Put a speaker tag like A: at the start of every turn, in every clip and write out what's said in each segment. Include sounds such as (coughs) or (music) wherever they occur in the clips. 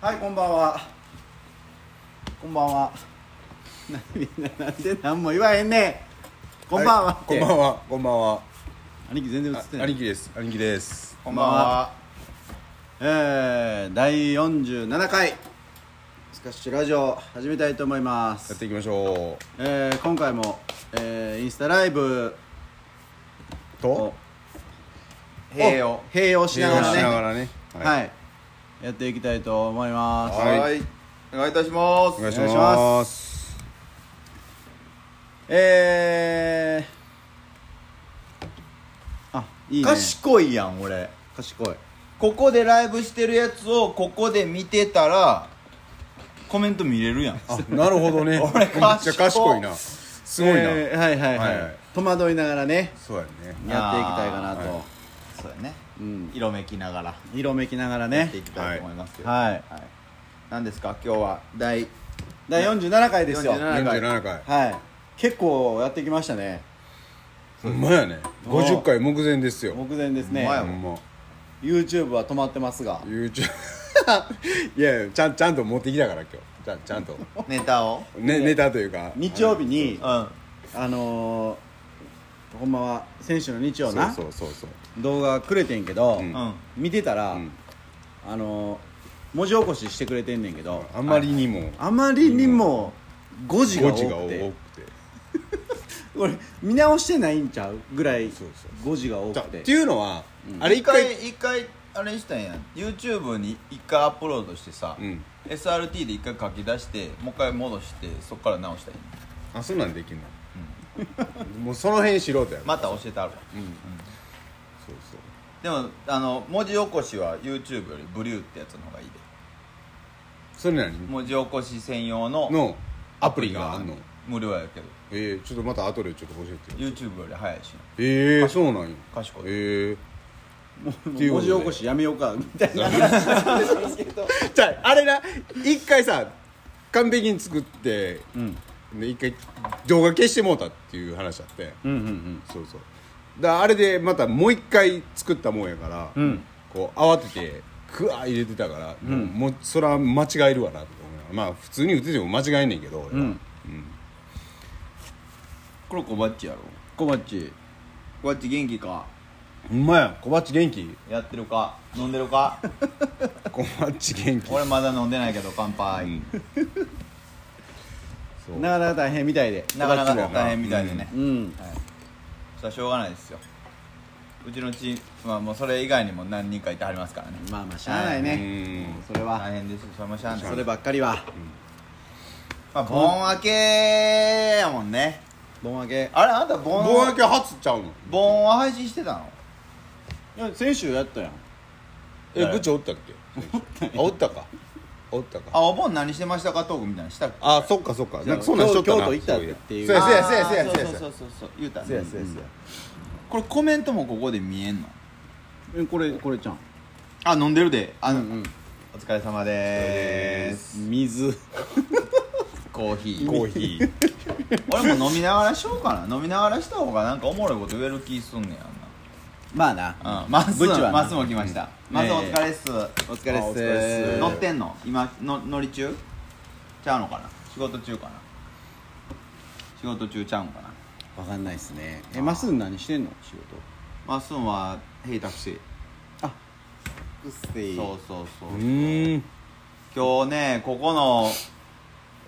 A: はいこんばんはこんばんはなみんななんで何も言わへんねんこんばんは、
B: いこんばんはこんばんは
A: 兄貴全然映っ
B: あ
A: てない
B: 兄貴です兄貴です
A: こんばんはえー、第47回スカッシュラジオ始めたいと思いま
B: やっ
A: す
B: ていきましょ
A: えー、今回も、えー、インスタライブ
B: うと
A: を併用併用しながら
B: し
A: ね
B: ながらね
A: はい、
B: はい
A: やっていきたいと思います
B: はい
C: お願いいたしま
B: お
C: す
B: 願いし
A: お願いしま
B: ます
A: えー、あいいね
C: 賢いやん俺
A: 賢い
C: ここでライブしてるやつをここで見てたらコメント見れるやん
B: あなるほど
A: (laughs)
B: ねめ
C: 俺
B: っちゃ賢いなすごいな
A: えーはいはいはい、
B: はいはい
A: 戸惑いながらね
B: そうやね
C: い
A: やっていきたいかなと、
B: はい
C: そうやね
A: うん
C: 色めきながら
A: 色めきながら
C: や
A: ね
C: っていきたいと思いますよ
A: はい
C: い何ですか今日は第
A: 第47回ですよ
C: 47
B: 47回
A: はい結構やってきましたね
B: ほんまやね
A: お
B: 50回目前ですよ
A: 目前ですね
C: ほんま
B: ほ
C: や
B: んま
A: YouTube は止まってますが
B: YouTube いやいやちゃんちゃんと持ってきたから今日ちゃんちゃんと
C: ネタを
B: ねネタというか
A: 日曜日に
C: うんは
A: あのー、ほんまは選手の日曜な
B: そうそうそう
A: 動画くれてんけど、
B: うん
C: うん
A: 見てたら、
B: うん
A: あのー、文字起こししてくれてんねんけど
B: あんまりにも
A: あまりにも5時が多く
B: 誤字
A: て
B: が多くて
A: これ見直してないんちゃうぐらい
B: そうそ
A: 誤字が多
B: じゃ
A: く
B: ってていうのはあれ
C: 一
B: 一回
C: 回一回あれしたんや YouTube に一回アップロードしてさ、
B: うん
C: SRT で一回書き出してもう一回戻してそっから直したんや
B: あそんなんできんの、もうその辺素人やろ、
C: また教えてあるわ
B: うんそうそう
C: でもあの文字起こしは YouTube よりブリューってやつの方がいいで
B: それなりに
C: 文字起こし専用の
B: のアプリがあんの
C: 無料やけど
B: えー、ちょっとまた後でちょっと教えてよ
C: YouTube より早いし
B: ええー、そうなんや
C: 賢い
B: え
A: もう
B: ていうこ
A: 文
B: と
A: 字
B: で
A: 起こしやめようかみたいな
B: えー、じゃああれな一回さ完璧に作って
A: うん
B: で一回動画消してもうたっていう話あって、
A: うんうん
B: そうそうだからあれでまたもう一回作ったもんやから、
A: うん
B: こう慌ててクワー入れてたから、もうもうそれは間違えるわなと思いながらまあ普通に打ってても間違えんねんけど俺は、
A: うん
C: これコバッチやろ
A: コバッチ
C: コバッチ元気か
B: ほんまや小鉢元気
C: やってるか飲んでるか (laughs)
B: 小鉢元気
C: 俺まだ飲んでないけど乾杯、
B: うんそ
A: (laughs)
B: う
A: なかなか大変みたいで
C: なかなか大変みたいでね、
A: うん
C: はい、それはしょうがないですようちのチームはもうそれ以外にも何人かいてはりますからね
A: まあまあしゃあないね
B: う
A: そ
B: ん
A: れは
C: 大変ですよそれもしゃあない
A: そればっかりは
C: まあ盆明けやもんね
A: 盆明け
C: あれあんた盆
B: 盆明け初ちゃうの
C: 盆は配信してたの
A: いや先週やったやん
B: え
C: はい
B: 部長おったっけあおったかおったか
C: あお盆何してましたかトークみたいなのしたっけ
B: あそっかそっかなんかそんなんしとったな
A: 京京都行ったっていう
B: そうやそうやそうや
C: あー
B: そうやそうや
C: そうそうそうそう言うたね
B: そうやそうやそうや
C: これコメントもここで見えんの
A: えこれこれちゃん
C: あ飲んでるであ
A: う
C: の、
A: ん
C: お疲れ様でーす
A: 水
C: コーヒ
B: コ
C: ー
B: ーヒー
C: 俺も飲みながらしようかな飲みながらした方がなんかおもろいこと言える気すんねや
A: まあ
C: あんな
A: な
C: うんマス
A: ブチはな
C: マスも来ました、マスお疲れっす、
A: お疲れ
B: あ
A: っ
B: お疲れ
A: す
B: っす
C: 乗ってんの今の乗り中ちゃうのかな仕事中かな仕事中ちゃうんかな
A: わかんないっすねえまっすぐ何してんの仕事
C: マスンはヘイタクシー
A: うっせー
C: そうそうそう
B: うーん
C: 今日ねここの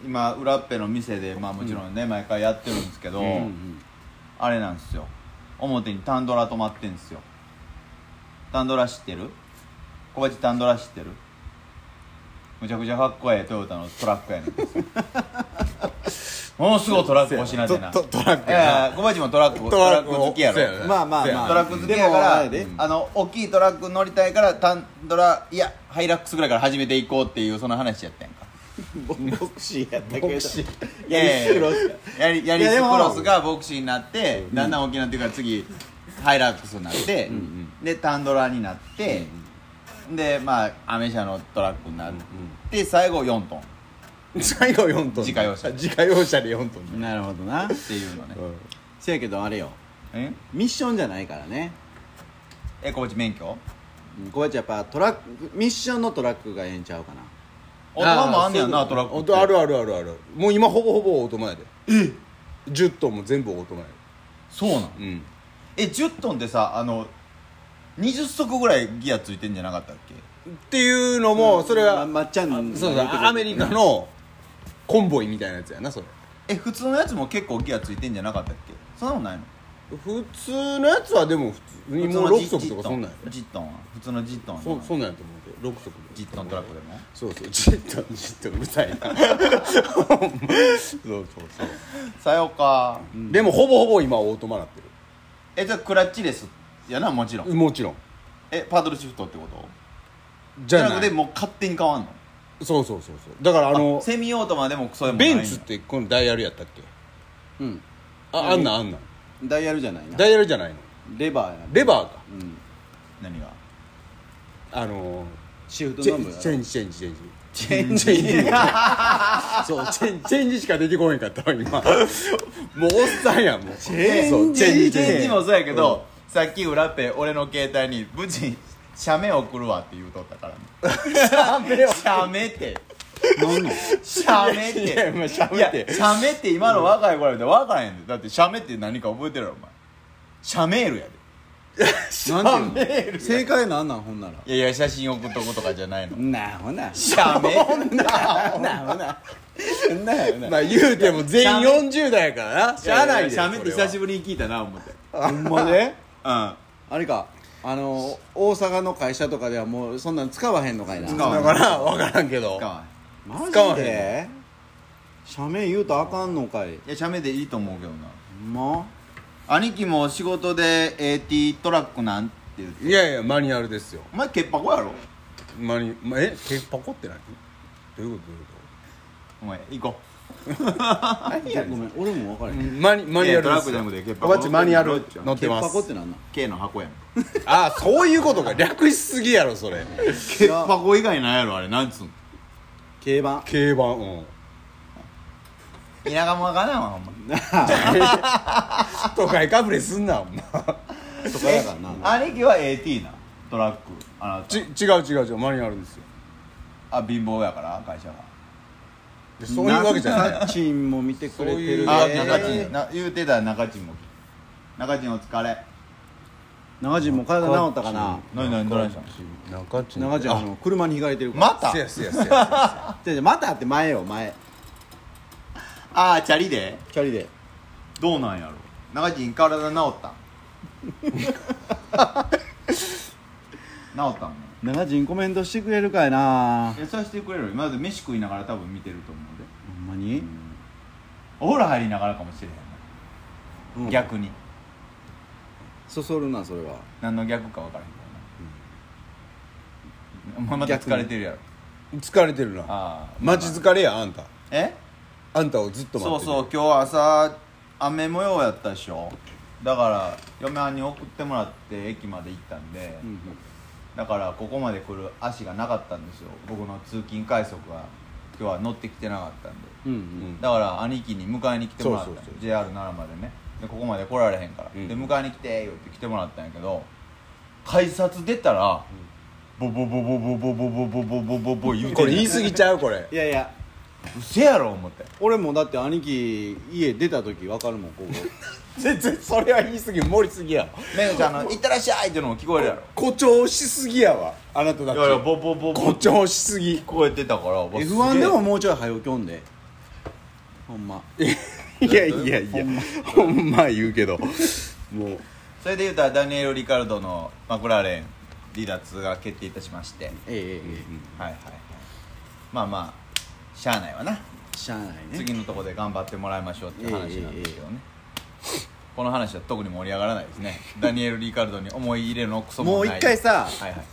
C: 今裏っぺの店でまあもちろんね、毎回やってるんですけど、
B: うん
A: うん
C: あれなんですよ表にタンドラ止まってんですよタンドラ知ってる小鉢タンドラ知ってるむちゃくちゃかっこええトヨタのトラックやねんものすごいトラック欲しいなってな
B: トトトラック
C: い
B: やな
C: やいや小鉢もトラックトラック好きやろ
B: そう
A: ま
B: な
A: あまあまあ
B: そうやな
C: トラック好きやか
A: でもあ
C: ら、
A: れで
C: あの大きいトラック乗りたいからタンドラいやハイラックスぐらいから始めていこうっていうその話やったやんか
A: ボクシーやったけど
B: ボクシ
A: いやいやいや
C: やりやり
A: いや
C: ス
A: で
C: ク
A: も
C: ロスがボクシーになって、だんだん大きなっていうから次ハイラックスになって、でタンドラになって、でまあアメ車のトラックになって、最後4トンっ
B: 最後4トン
C: 自家用車
B: 自家用車で4トン
A: なるほどな
C: ていうのね、
B: うん
A: せやけどあれよ
C: え
A: ミッションじゃないからね
C: えこっち免許
A: うんこうやってやっぱトラックミッションのトラックがええんちゃうかな
C: 大人もあんねやな
B: そう
C: トラックっ
B: お
C: て
B: とあるあるあるあるもう今ほぼほぼオートマやでえ10トンも全部オートマや
C: そうなん
B: でうん
C: え10トンってさあの20足ぐらいギアついてんじゃなかったっけ
B: っていうのもそれ
A: ま
B: は
A: まっちゃんの
B: そうそうアメリカのコンボイみたいなやつやなそれ
C: え普通のやつも結構ギアついてんじゃなかったっけそんなことないの
B: 普通のやつはでも普通にもう
C: 普通の
B: 6足とかそんなんや
C: ジットンは普通のジットンは
B: そそんなんやと思うけど6足
C: ジットントラックでも
B: そうそうジットンジットンうるさいな (laughs) そうそうそう
C: さよか
B: でもほぼほぼ今オートマなって
C: えじゃあクラッチレスやなもちろ
B: る
C: ん
B: もちろん
C: えパドルシフトってこと
B: じゃ
C: な
B: な
C: く
B: い
C: てもう勝手に変わんの
B: そうそうそうそうだからあの
C: セミオートマでもクソでもないん
B: ベ
C: や
B: ンツってこのダイヤルやったっけ
A: うん
B: ああんなんあんなん
A: ダイヤルじゃないな
B: ダイヤルじゃないの
A: レバーやな
B: レバーか
A: うん
C: 何が
B: あのー
A: シフト
B: チ
A: ノ
B: ェン
A: ブ
B: ジ
A: や
B: チ
A: な
B: ェンジチェンジチェンジチェンジ (laughs) そうチェンチェンジしかできこへんかったわ今もうおっさんやんもうチ
C: え
B: そうチェンジ
C: チェンジもそうやけど、さっき裏ペ俺の携帯に無事 (laughs) に写メ送るわって言うとったからね写メって
A: なんの
C: 写メっ
B: いやいやまあ
C: て
B: 写メって
C: いや写メって今の若い子ら見て分からへんでだって写メって何か覚えてるやろお前写メールやで
A: なんていうの正解なんなんほんなら
C: いやいや写真送っとことかじゃないの
A: なあほな
C: 写メ (laughs)
A: なあほななあほな
B: (laughs) まあ言うても全
C: いや
B: 員40代やからなしゃあないで
C: 写メって久し
B: ぶ
C: ぶりに聞いたな思ってうん
A: ほんまで
C: あ
A: あれかあの大阪の会社とかではもうそんなん使わへんのかいな
C: 使わ
B: だから分からんけど
C: かん
A: マジ
B: 使わへ
A: で社名言うとあかんのかい
C: いや写メでいいと思うけどな
A: ほんま
C: 兄貴も仕事で AT トラックなんて言って
B: いやいやマニュアルですよ
C: お前ケッパコやろ
B: マニまえケーパコって何どういうことどういうこ
C: お前行こ
A: いやごめん俺も分からへ
B: と
A: ん
B: マニマニュアルです
C: いやトラックじゃなくてケッパ
B: お
C: コ
B: ばっちマニュアル乗って
A: ケッ
B: ま
A: パコっ
B: す
A: てなんなん
C: う K の箱やん
B: ああそういうことか略しすぎやろそれ
C: ケッパコ以外ないやろあれなんつうの
A: 競馬
B: 競馬うん
C: 田舎もわからんわほんま
A: なあ
B: 都会かぶれすんなお前
A: とかやからな
C: 兄貴は AT なトラックあなた
B: ち違う違う違うマニュアルですよ
C: あ貧乏やから会社が
B: でそういうわけじゃない
A: 中賃も見てくれてるで
C: あ
B: えー
C: 中地な言うてた中地も中地お疲れ
A: 中賃も体治ったかな
C: 何何どないした
B: 中地
A: 中賃あの車にひかれてるから
C: また
B: せやせやせやせや
A: じゃあじゃあまたって前よ前
C: ああチャリで
A: チャリで
C: どうなんやろ中地体治 (laughs) った治ったんね
A: 長人コメントしてくれるかいな
C: えさしてくれるまず飯食いながら多分見てると思うんで
A: ほんまに、
C: お風呂入りながらかもしれへんな、
A: うん
C: 逆に
A: そそるなそれは
C: 何の逆か分からへんからな、お前また疲れてるやろ
B: 疲れてるな
C: ああ
B: マジ疲れやあんた
C: え
B: あんたをずっと待
C: そ
B: っ
C: う
B: て
C: そう
B: う
C: 今日朝雨模様やったでしょだから嫁はんに送ってもらって駅まで行ったんで、
A: うん
C: だからここまで来る足がなかったんですよ僕の通勤快速が今日は乗ってきてなかったんで
A: うん
B: ん
C: だから兄貴に迎えに来てもらったん
B: そうそうそう
C: JR 奈良までねでここまで来られへんから、
B: うん
C: で迎えに来てよって来てもらったんやけど改札出たら、ボボボボボボボボボボボボボ言うて
B: これ
C: る
B: 言い過ぎちゃうこれ
A: いやいや
C: うせやろ思って
A: 俺もだって兄貴家出た時分かるもん (laughs) ここ
B: 全然それは言い過ぎ盛りすぎや
C: めぐちゃんの「いってらっしゃい!」ってのも聞こえるやろ
B: 誇張しすぎやわあなただ
C: いやいや
B: け
C: ボボボボ
B: 誇
C: 聞
B: 張しすぎ
C: こえてたから
A: F1 でももうちょい早起きょんでほんま
B: いやいやいやほんま言うけどもう
C: それで言うたらダニエル・リカルドのマクラーレン離脱が決定いたしまして、
A: えええええ
C: はいはいはいまあまあしゃあないわな
A: えしゃあないね
C: 次のとこで頑張ってもらいましょうっていう話なんですけど
A: え
C: ね、この話は特に盛り上がらないですねダニエル・リカルドに思い入れのクソもない
A: もう一回さ
C: はいはい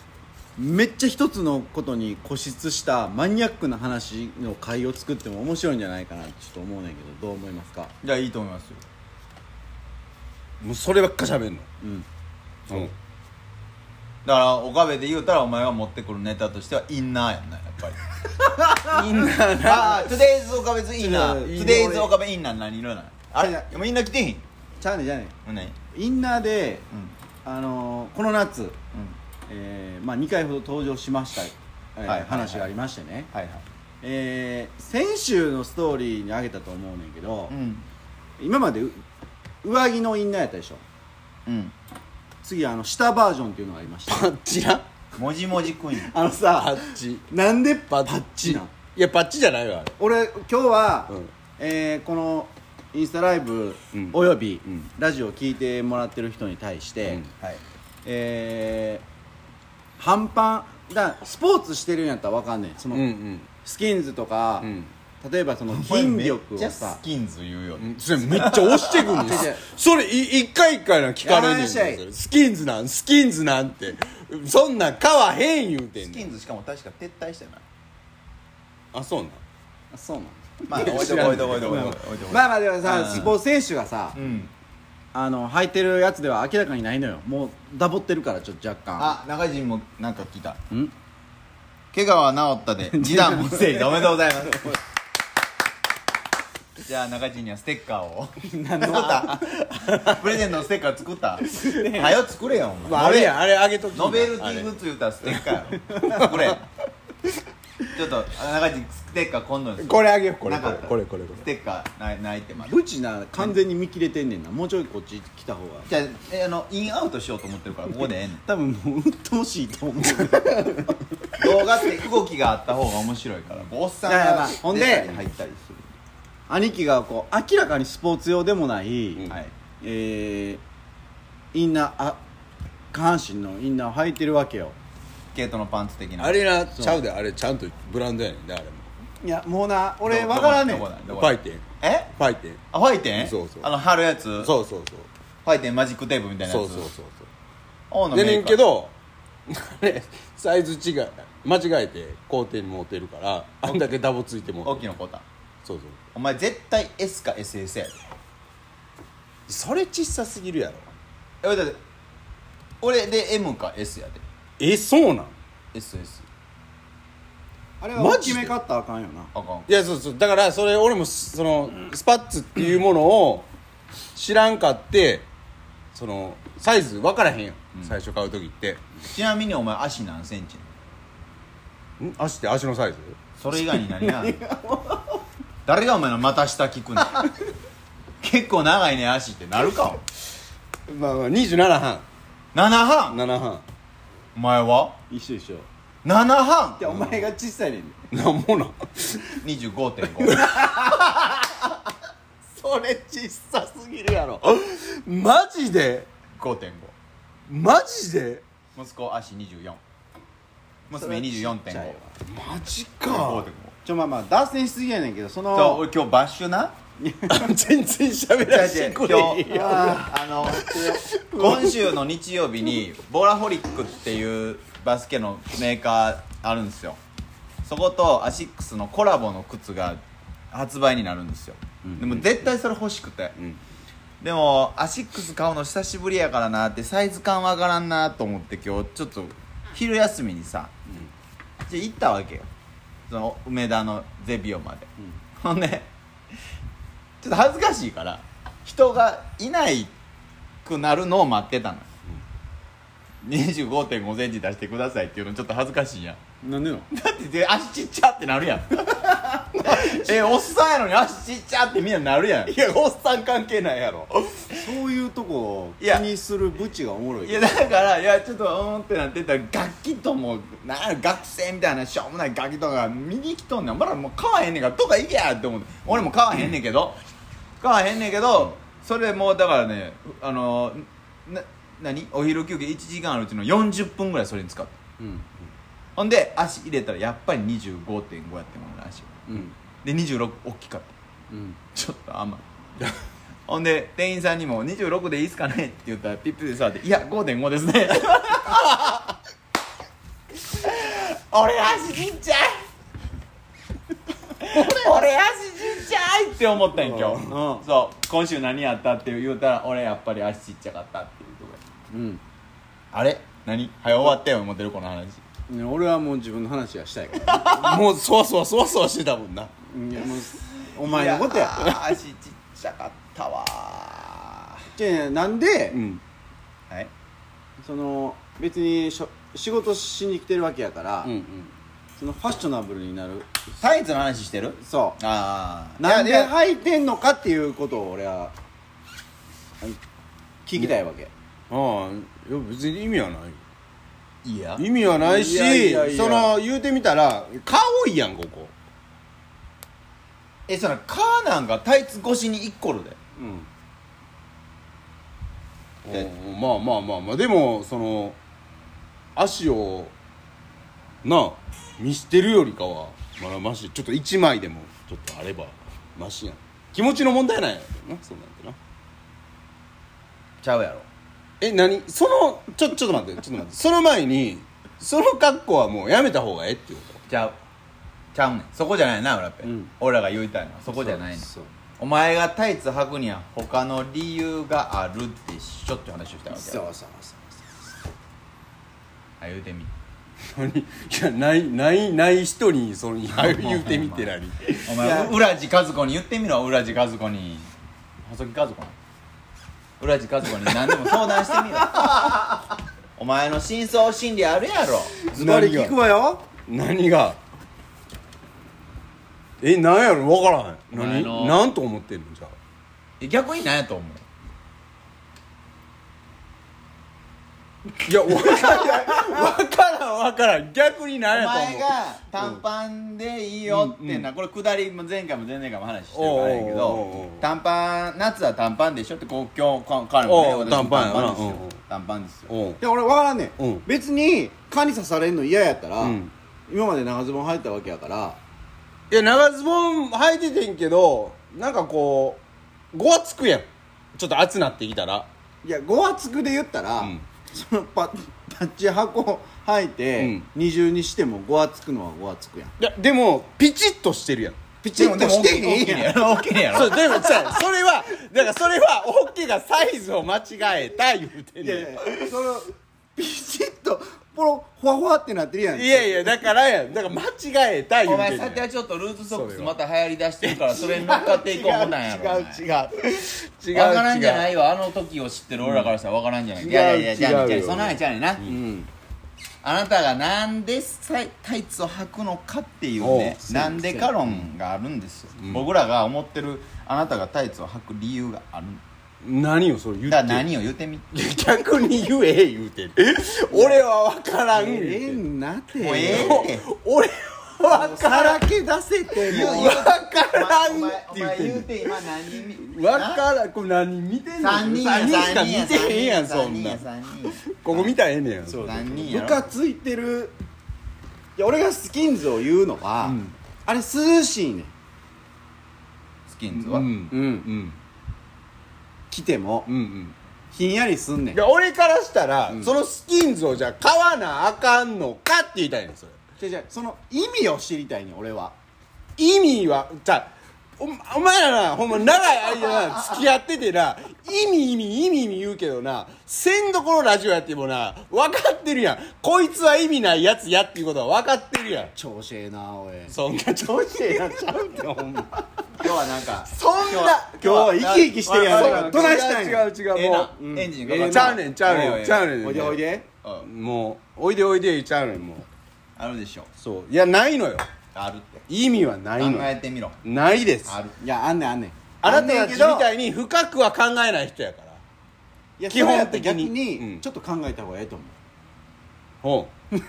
A: めっちゃ一つのことに固執したマニアックな話の会を作っても面白いんじゃないかなってちょっと思うねんけどどう思いますか
C: じゃあいいと思いますよ
B: もうそればっか喋んの
A: うん
B: うん
C: だから岡部で言うたらお前が持ってくるネタとしてはインナーやんなやっぱり (laughs)
B: みんな
C: ああ Today's 岡部 's インナ
A: い
C: ー
A: や
C: Today's 岡部インナー何色なのあれもうインナー着てへん
A: ちゃうねんじゃあね
C: 何うん
A: んインナーであのーこの夏、
C: うん
A: えーまあ、2回ほど登場しました、えー
C: はいはいはい
A: 話がありましてね
C: はいはい
A: えー先週のストーリーにあげたと思うねんけど、
C: うん
A: 今までう上着のインナーやったでしょ
C: うん
A: 次あの下バージョンっていうのがありました
B: パッチな
C: もじもじクイーン
A: あの
B: パ
A: さ
B: ッチ
A: なんで
B: パ
A: パッチなん
B: いやパッチじゃないわあれ
A: 俺今日は、
B: うん
A: えーこのインスタライブ
B: うん
A: および、
B: うん
A: ラジオを聞いてもらってる人に対して、
B: うん
C: はい
A: えー半パンだスポーツしてるんやったらわかんねんその、
B: うんうん
A: スキンズとか、
B: うん
A: 例えばその筋力を
C: じゃ
A: さ
C: スキンズ言うよね
B: それめっちゃ押してくんで
A: 違う違う
B: す (laughs) それい一回一回なん聞かれんねん
A: やめなさ
B: でスキンズなんスキンズなんてそんなん買わへん言うて
C: ス
B: ん
C: キ
B: ねん
C: ンズしかも確か撤退してない
B: あそうなん
A: あそうなん
C: まあ置いとこ置いとこ置いとこ置いとこ置いとこ
A: まあまあでも
C: うん
A: さスポーツ選手がさ、
C: うん
A: あの履いてるやつでは明らかにないのよもうダボってるからちょっと若干
C: あ中人もなんか聞いた
A: ん
C: 怪我は治っ
A: (laughs)
C: たで示談も整理おめでとうございますじゃあ中人にはステッカーを作
A: (laughs)
C: ったプレゼントのステッカー作ったはよ作れよお前、
B: まああれやあれあげとき
C: ノベルテ
B: あれ
C: ィグッズ言うたらステッカーやろこれ (laughs) ちょっとあ中地ステッカー今度にする
B: これあげようこれ
C: な
B: こ
C: か
B: れ
C: った
B: これこれこ
C: ス
B: れ
C: テッカーないないってまだ
A: ブチな完全に見切れてんねんなもうちょいこっち来た方が
C: じゃあえあのインアウトしようと思ってるからここでええねん
A: 多分もう鬱陶しいと思う (laughs)
C: 動画って動きがあった方が面白いからおっさん
A: いやいや
C: が
A: まあほんで
C: 出たり入ったりする
A: 兄貴がこう明らかにスポーツ用でもない、
B: うん
C: はい
A: えー、インナーあ下半身のインナーを履いてるわけよ
C: スケートのパンツ的な
B: あれな
A: そう
B: ちゃうであれちゃんとブランドやねんであれ
A: いやもうな俺
C: ど
A: 分からんねん
C: どこだど
B: も
C: こ
B: フ
C: だ
B: ァイテン
C: え
B: ファイテン
C: あファイテン
B: そうそう
C: あの貼るやつフ
B: そうそうそう
C: ァイテンマジックテープみたいなや
B: そう
C: つ
B: そうそう
C: 青
B: そ
C: の
B: う
C: メ
B: でね
C: ーカー
B: んけどあれサイズ違い間違えて工程に持ってるからあんだけダボついても
C: 大きなコータ
B: そうそう
C: お前絶対 S か SS やで
B: それ小さすぎるやろ
C: えだって俺で M か S やで
B: えそうなん
C: SS
A: あれは
B: マ
A: 大
B: ジ
A: き
B: で
A: め買ったらあかんよな
C: あかん
B: いやそうそうだからそれ俺もそのスパッツっていうものを知らんかってそのサイズ分からへんよ、最初買う時って
C: ちなみにお前足何センチ
B: ん足って足のサイズ
C: それ以外に何や誰がお前の股下聞くねん結構長いね足ってなるか
B: まあまあ27半
C: 7半
B: 7半
C: お前は
A: 一緒一緒
C: 7半
A: でお前が小さいねんで
B: なんもな
C: 25.5
B: それ小さすぎるやろマジで
C: 5.5
B: マジで
C: 息子足24
A: それ
C: 娘
A: はちっちゃいわ
C: 24.5
B: マジ
C: 5.5
B: か
A: ちょまあまあ脱線しすぎやねんけどそ
C: そう
A: の
C: 俺今日バッシュな
B: (laughs) 全然喋らせて
C: 今
B: く
C: 日
B: れへんよ
C: あーあの今週の日曜日にボラホリックっていうバスケのメーカーあるんですよそことアシックスのコラボの靴が発売になるんですよ、でも絶対それ欲しくて、
B: ん
C: でもアシックス買うの久しぶりやからなってサイズ感わからんなと思って今日ちょっと昼休みにさ、じゃあ行ったわけよその梅田のゼビオまで、ほんでちょっと恥ずかしいから人がいないくなるのを待ってたの、2 5 5センチ出してくださいっていうのちょっと恥ずかしいやん
A: なんでの
C: だってで足ちっちゃってな
B: (laughs)
C: るやんえおっさんやのに足ちっちゃってみんななるやんい
B: いやおっさん関係ないやろ
A: そういうとこを
C: い
A: 気
C: や
A: にするブチがおもろい
C: やだからいやちょっとうーんってなってたら楽器ともなんや学生みたいなしょうもない楽器とか見に来とんねんまだもう買わへんねんからどっか行けやって思って俺も買わへんねんけど買わへんねんけどそれもうだからねあのな何お昼休憩1時間あるうちの40分ぐらいそれに使った
A: うん
C: ほんで足入れたらやっぱり25.5やってもらう足
A: うん
C: で26大きかった
A: うん
C: ちょっと甘いほんで店員さんにも「26でいいっすかね?」って言ったらピッピで触って「いや5.5ですね」俺足ちっちゃい俺足ちっちゃいって思ったんよ今日、
A: うんうん
C: そう今週何やったって言うたら俺やっぱり足ちっちゃかったっていうところ
A: うん
C: あれ何早終わってよ思ってるこの話
A: ね俺はもう自分の話がしたいから
B: もうそわそわそわそわしてたもんない
A: やもうお前のことや
C: いー足ちっちゃかったわ
A: じゃあなんで、
B: ん
C: ーはい
A: その別にしょ仕事しに来てるわけやから、
B: うんうん
A: そそのファッショナブルになる
C: タイツの話してる
A: そ
C: あ
A: う
C: あ
A: なん
C: い
A: で
C: やいや
A: 履いてんのかっていうことを俺はあの聞きたいわけ、
B: ああいや別に意味はないよ
C: いや
B: 意味はないし
A: いやいやいや
B: その言うてみたら顔いいやんここ
C: えそのカーなんかタイツ越しに1個るで
A: うん
C: え
B: おうまあまあまあまあでもその足をなあ見してるよりかはまだマシちょっと1枚でもちょっとあればマシやん気持ちの問題なんやろなそうなんてな
C: ちゃうやろ
B: え何そのちょちょっと待ってちょっと待ってその前にその格好はもうやめた方がええってこ
C: ちゃうちゃうねんそこじゃないなラペ、
A: うん
C: 俺らが言いたいのはそこじゃないねんお前がタイツ履くには他の理由があるでしょって話をしたわけ
A: そう
C: よ
A: そうそう
C: あ言うてみ
B: と何 (laughs) いやないないない人にその言うてみて何
C: お
A: いや
C: 前う浦地和子に言ってみろ浦地和子に細木和子な浦地和子に何でも相談して (laughs) みろお前の真相心理あるやろ
A: ズバリ聞くわよ
B: 何がえ何やろ分から
C: お前
B: へん何
C: の
B: 何と思ってんのじゃあ
C: え逆に何やと思う
B: いや分からん分からん分からん逆に
C: お
B: 何やと思
C: 前
B: う
C: が短パンでいいよってな、これ下りも前回も前々回も話してるからやけ
B: おうおうおう
C: ど短パン夏は短パンでしょってこう今日か彼
B: おう
C: もね私も
B: 短パンやな
C: です
B: うん
C: よ
B: うん
C: 短パンですよ
B: おう
A: で俺分からんねん、
B: うん
A: 別に蚊に刺されんの嫌やったら、
B: うん
A: 今まで長ズボン入ったわけやから
B: いや長ズボン履いててんけどなんかこうごわつくやんちょっと暑なってきたら
A: いやごわつくで言ったら、
B: うん
A: そのパッ (laughs) パッチ箱履いて、二重にしてもごわつくのはごわつくやん
B: いやでもピチッとしてるやん
A: ピチッとしてへんやん
B: (laughs)
C: ろ大きいや
B: そうでもじゃ (laughs) それはだからそれはオッケーがサイズを間違えた言うてん
A: い
B: ねん
A: やいやそのピチッとポロほわほわってなってるやん
B: いやいやだからやんだから間違えた言
C: お
B: うてんね
C: 前
B: ん
C: さてはちょっとルーズソックスまた流行り出してるからそれに乗っかっていこうもんなんやろ
B: 違う違う違う違う
C: 分からんじゃないいわあの時を知ってる俺らからしたら分からんじゃない
B: うん
C: いやいやいや
B: 違う
C: じゃあ
B: 違う
C: ね
B: よ
C: じゃあそんなんじゃねえな
A: うん
C: あなたがなんでさいタイツを履くのかっていうね
B: おう
C: なんでか論があるんですよ、僕らが思ってるあなたがタイツを履く理由がある
B: 何をそれ言って
C: だから何を言うてみも
B: 逆に言え言うてる俺は分からん言うて
A: ええ
B: る
A: んなって
C: うえ
A: も
C: えって
B: 俺は
A: うさらけ出せて
C: 言う
A: も
C: 言う
B: 分から
C: お
B: んっ
C: 前お
B: て言っ
C: 前
B: て
C: 言う
B: る
C: て今何人見
B: 分からんこれ何見てんの
C: 3人や
B: 三人しか
C: 3人や
B: 見てへんやんそ
C: 3
B: ん
C: 人
B: な
C: や
B: ん
C: 3人や
B: ここ見たらええねん
A: そう
C: 何人や
A: 部
C: ろ
A: 下ついてるいや俺がスキンズを言うのは、
B: うん
A: あれ涼しいねん
C: スキンズ
B: う
C: は、
B: ん
A: うん
B: うん
A: 来ても
B: うんうん
A: ひんやりすんねん
B: いや俺からしたら、そのスキンズをじゃあ買わなあかんのかって言いたいねんそれ
A: じゃじゃその意味を知りたいねん俺は
B: 意味はじゃあおお前らなほんま長い間な付き合っててな意味意味意味意味言うけどなせんどこのラジオやってもな分かってるやんこいつは意味ないやつやっていうことは分かってるやん
A: 調子ええなおい
B: そんな調子ええやっちゃうってほんま
C: 今日はなんか
B: そんな
A: 今日は生き生きしてるやん
B: そ
A: か
B: うな
A: ら
B: の
A: どないしたい
B: 違
A: ね
B: うん違う違う
C: ええ
B: も
C: な、
B: う
C: エンジンかか
A: え
C: っ
A: え
B: ち
C: た
B: ゃうねんちゃうねんちゃうねん
A: おいでおいで
C: うん
B: もうおいでおいでちゃうねんもう
C: あるでしょ
B: そういやないのよ
C: あるって
B: 意味はない
C: 考え
B: の
C: てみろ
B: ないです
C: ある
A: いやあんねんあんねん
B: あなたたちみたいに深くは考えない人やから
A: いや
B: 基本
A: それやったら逆
B: 的に
A: に、
B: うん
A: ちょっと考えた方がええと思う
B: ほう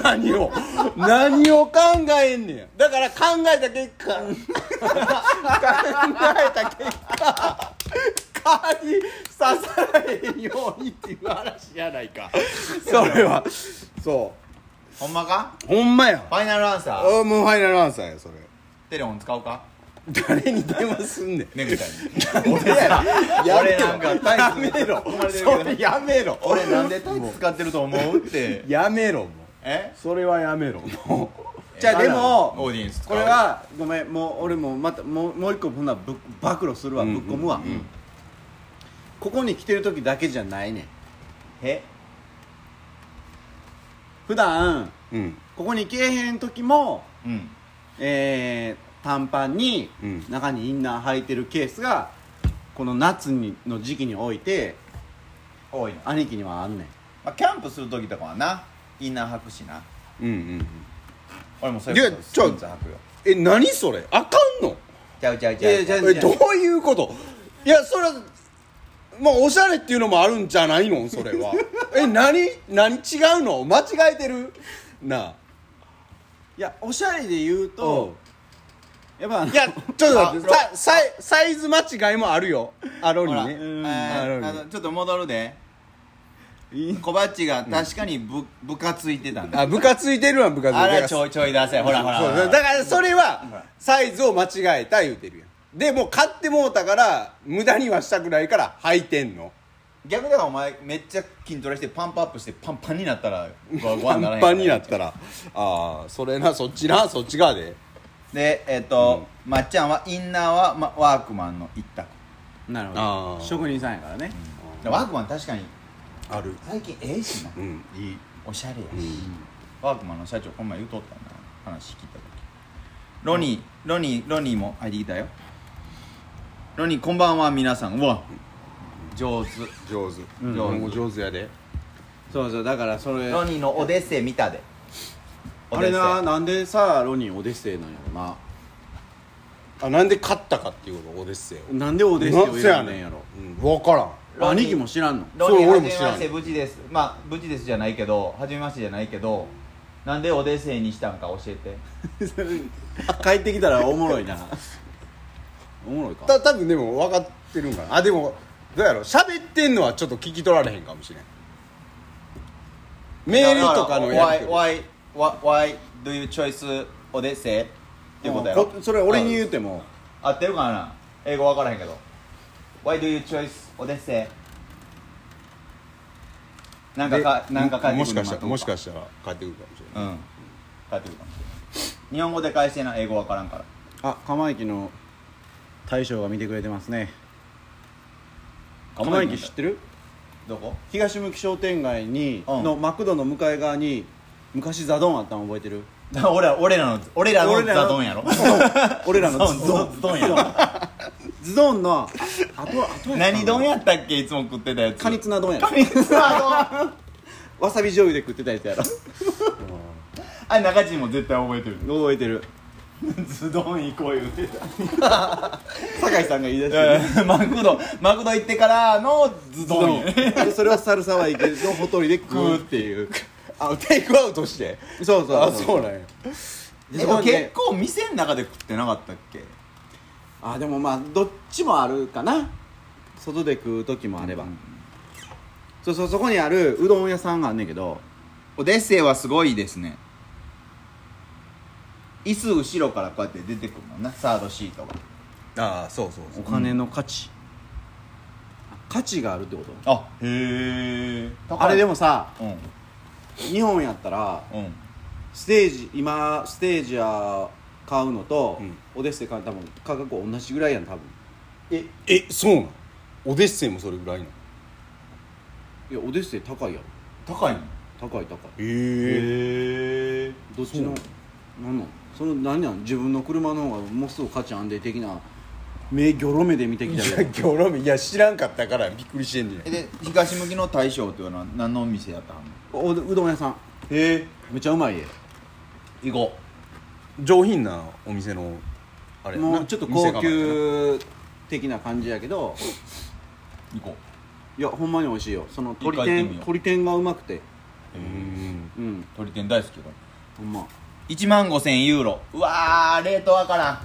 B: (laughs) 何を何を考えんねやだから考えた結果考えた結果蚊に刺されへんようにっていう話やないかそれはそ
C: ほんまか
B: うほんまや
C: ファイナルアンサー
B: あもうファイナルアンサーやそれ
C: テレフォン使うか
B: 誰に電話すんねん
C: ねぐちゃんに
B: やめ
C: 俺
B: ろ
C: なんかタイ
B: やめろ
C: ツ
B: それやめろ
C: 俺なんでタイツ使ってると思うって
B: やめろもう
C: え
B: それはやめろもう
A: じゃあでも
C: オーディエンス使う
A: これはごめんもう俺もまたもうもう一個ほんならぶっ暴露するわぶっ込むわ、ここに来てる時だけじゃないねん
C: え
A: 普段
B: うん
A: ここに来えへん時も
C: うん
A: えー短パンに
B: うん
A: 中にインナー履いてるケースがこの夏にの時期において
C: 多いの、
A: 兄貴にはあんねん
C: まあ、キャンプする時とかはなインナー履くしな
B: うんうんうん
C: 俺もそういうこと
B: いや
C: ス
B: ち
C: プ
B: ょ
C: ーンズ履くよ
B: え何それあかんの
C: ちゃうちゃうち
A: いやいやち
C: ゃ
A: ゃ
C: う
A: う
B: えどういうこといやそれはまあおしゃれっていうのもあるんじゃないのそれは
C: (laughs)
B: え何何違うの間違えてるなあ
A: いやおしゃれで言う
B: おう
A: とやっぱあの
B: いやちょっと待ってさ
C: あ
B: サイサイズ間違いもあるよアロ
C: ほ
B: に
C: ら、
B: ね
C: え
A: うん
B: アロ
C: ー、あ
B: に
C: のちょっと戻るで
A: いい
C: 小鉢が確かに部部活いてたんだ
B: あ部活ついてるわ部活
C: あ
B: だから
C: ちょいちょい出せほらほらほ
B: そう
C: ら
B: だからそれはサイズを間違えた言うてるやんでもう買ってもうたから無駄にはしたくないから履いてんの
C: 逆だからお前めっちゃ筋トレしてパンプアップしてパンパンになっ
B: (laughs)
C: たらごわごわ
B: パ
C: になら
B: ン
C: へん
B: パンになったらああそれなそっちなそっち側で
C: でえっ、と、まっちゃんはインナーは、ま、ワークマンの一択
A: なるほ
B: あ
A: ど
B: ー
A: 職人さんやからね
C: ワークマン確かに
B: ある
C: 最近ええしな
B: うんいい
C: おしゃれやし、ワークマンの社長こん前言うとったんだ話聞いた時ロニーロニーロニーも入ってきたよロニーこんばんは皆さんうわ上手
B: 上手
C: ん
B: 上手上手やで
A: そうそうだからそれ
C: ロニーのオデッセイ見たで
A: あれな
C: な
A: なんでさロニーオデッセイなんやろな
B: あなんで買ったかっていうことオデッセイを
A: なんでオデッセイを選んでんやろ
B: うん分からん
C: ろ
A: 兄貴も知らんの
C: ロ
B: そ
C: ニーは
B: う
C: じめ
B: 俺も知らん
C: まして無事ですまあ無事ですじゃないけどはじめましてじゃないけどなんでオデッセイにしたんか教えて
A: (laughs) 帰ってきたらおもろい (laughs) なおもろいか
B: た多分でも分かってるんかなあでもどうやろ喋ってんのはちょっと聞き取られへんかもしれんメールとかの
C: や
B: やり取
C: り
B: り
C: Why, why, why do you choice オデッセイっていうことやろ
A: こそれ俺に言うても
C: 合ってるかな英語わからへんけど Why do you choice オデッセイなんかかなんか返って
B: も
C: く
B: し
C: る
B: かしたら
C: の
B: もしかしたら帰ってくるかもしれない
C: うん返ってくるかもしれん日本語で返してな英語わからんから
A: あ釜駅の大将が見てくれてますね
C: 構
A: 釜
C: え
A: 駅知ってる
C: どこ
A: 東向き商店街に
C: うん
A: のマクドの向かい側に昔ザドンあったの覚えてる
C: (laughs) 俺ら俺らの俺らの
A: 俺らの
C: ザドンやろ
A: (laughs) 俺らの
C: ゾンゾンゾンやろ
A: ズドンのああとあとやった
C: 何丼やったっけいつも食ってたやつ
A: カニツナ丼やろ
C: カニツナ丼
A: わさび醤油で食ってたやつやろ
C: あれ中地も絶対覚え
B: (laughs)
C: てる
A: 覚えてる
C: ズドン行こう言うてた
A: 酒井さんが言い出してる
C: (laughs) マクドマクド行ってからのズドンやね
A: でそれはサルサはいいけどほとりで食うっていう
B: あテイクアウトして
A: そうそう
B: あそうなんや
A: で
C: で
A: そこ
C: も
A: で
C: 結構店の中で食ってなかったっけ
A: あでもまあどっちもあるかな外で食う時もあれば、そうそうそこにあるうどん屋さんがあんねんけど
C: オデッセイはすごいですね椅子後ろからこうやって出てくるもんなサードシートが
B: ああそうそう
A: お金の価値、あ価値があるってこと
C: あへえ
A: あれで
C: も
A: もさ
C: うん
A: 日本やったら
C: うん
A: ステージ今ステージア買うのと、
B: うん
A: オデッセイ買うの多分価格同じぐらいやん多分
B: ええそうなんオデッセイもそれぐらいなの
A: いやオデッセイ高いやろ
C: 高いの
A: 高い高い
B: え
C: へえ
A: どっちのなんなんその何なん自分の車の方がもうすぐ価値安定的な目ギョロ目で見てき
B: (laughs) い
A: た
B: や
A: けど
B: ギョロメいや知らんかったからびっくりしてんねん
C: で東向きの大将っていうのは何のお店やったの
A: おうどん屋さん
C: へえ
A: めちゃうまいで
C: 行こ
B: 上品なお店のあれ
A: も
B: な
A: うちょっと
B: 店
A: 高
B: 構えやな
A: 級的な感じやけど
C: う行こ
A: いやほんまに美味しいよその
C: 一回
A: 鶏
C: 行って
A: 天
C: みよう
A: 鶏天がうまくて
C: う
B: うん
A: うん
C: 鳥天大好きよ
A: ほんま
C: 1万5000ユーロうわーレートわからん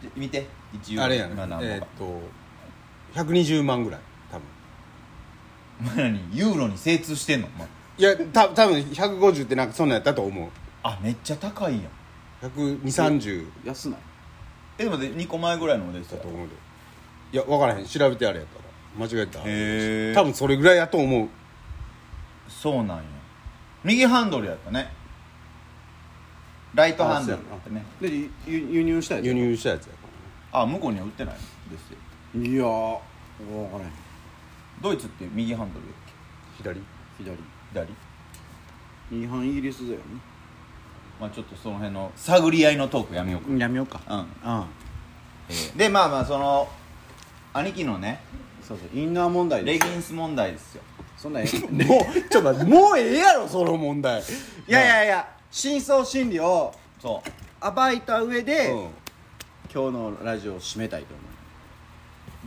C: じゃ見て1ユーロ
B: あれや
C: 今
B: な、え
C: 何 (laughs)
B: ー
C: 本
B: っ
C: か
B: と120万ぐらい多分
C: お前らにユーロに精通してんのお前
B: いやた多分150ってなんかそんなんやったと思う
C: あめっちゃ高いやん
B: 12030
A: 安ない
C: えでも2個前ぐらいのおでした
B: だ
C: と
B: と
C: 思
B: 思
C: う
B: うでいや分からへん調べてあれやったら間違えた
C: へー
B: 多分それぐらいやと思う
C: そうなんや右ハンドルやったねライトハンド
A: あ
C: ル
A: そう
C: やったね
A: でゆ輸入したやつ
B: 輸入したやつやか
C: あ向こうには売ってないのですよ
A: いやー分からへん
C: ドイツって右ハンドルやっ
B: ら左
A: 左
C: け左
A: 違反イギリスだよ
C: まあちょっとその辺の探り合いのトークやめようか
A: ねやめようか
C: うん
A: あ
C: でまあまあその兄貴のね
A: そうそうインナー問題で
C: レギンス問題ですよ
A: そんなんええ
B: もうちょっと待ってもうええやろその問題
A: (laughs) いやいやいや真相心理を
C: そ
A: 暴いた上で、
B: うん
A: 今日のラジオを締めたいと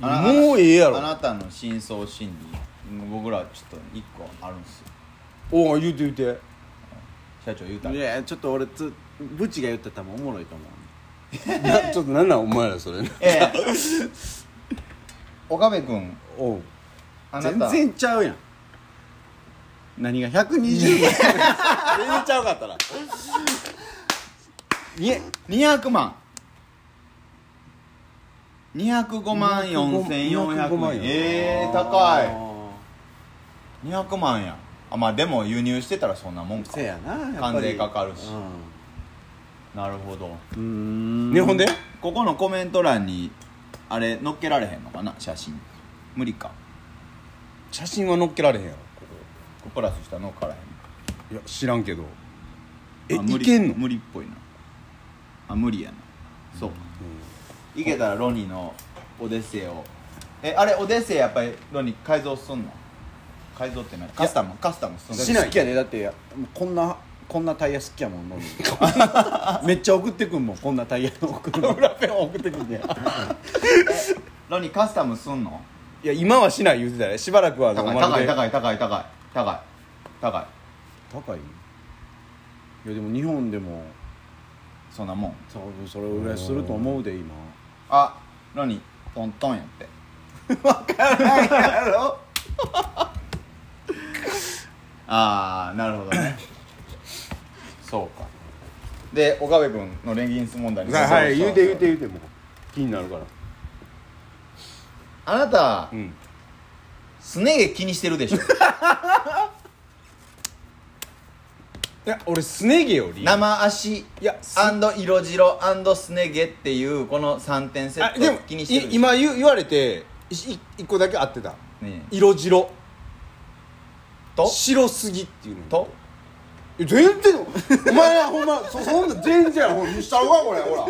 A: 思う
C: うあな
B: もうええや
C: あ
B: ろ
C: なたの真相心理僕らちょっと一個あるんですよ
B: おお言うて言うて
C: (laughs) 社長言うた
A: いやちょっと俺つブチが言ってたらおもろいと思う
B: なちょっとなんなんお前らそれ
C: ええ岡部君
B: おう
C: あな
A: 全
C: た
A: 然ちゃうやん何が120万
B: 全然ちゃうかったな
C: に200万205万
B: 205万
C: 4400
B: や
C: 円ええ高い200万やあまあでも輸入してたらそんなもんか
A: せやなやっぱり
C: 関税かかるし
A: う
C: なるほど
A: んうーん
B: ねほんで
C: ここのコメント欄にあれ載っけられへんのかな写真無理か
B: 写真は載っけられへんやろ
C: プラスしたのからへん
B: いや知らんけどえ
C: あ無
B: い
C: 理
B: けんの
C: 無理っぽいなあ無理やなそうか、いけたらロニーのオデッセイをえあれオデッセイやっぱりロニー改造すんの改造って何カスタムカスタムすんの
A: しない好きやでだってもうこんなこんなタイヤ好きやもん乗るのめっちゃ送ってくんもんこんなタイヤの送るの裏ペン送ってくんね
C: ロニーカスタムすんの
B: いや今はしない言うてたねしばらくは
C: 高
B: お
C: い
B: ま
C: 高
B: け
C: い
B: で
C: 高い高い高い高い高い
A: 高いいやでも日本でも
C: そんなもん
A: 多分それぐらいすると思うで今
C: あロニートントンやって (laughs)
A: やろ
C: ああなるほどねそうかで岡部君のレギンス問題に
B: はいはい
C: そう
B: 言
C: そう
B: て
C: う
B: 言うて言うてもう気になるから
C: あなた
B: うん
C: すね毛気にしてるでしょ
B: いや俺すね毛より
C: 生足
B: いやす
C: アンド色白アンドすね毛っていうこの3点セ
B: あ
C: ッ
B: で
C: ト
B: も
C: 気にしてる
B: い
C: でしょ
B: 今言う言われて1個だけ合ってた
C: ねえ
B: 色白
C: と
B: 白すぎっていうの
C: と
B: いや全然お前らほんまそそんな全然やほら見したるわこれほら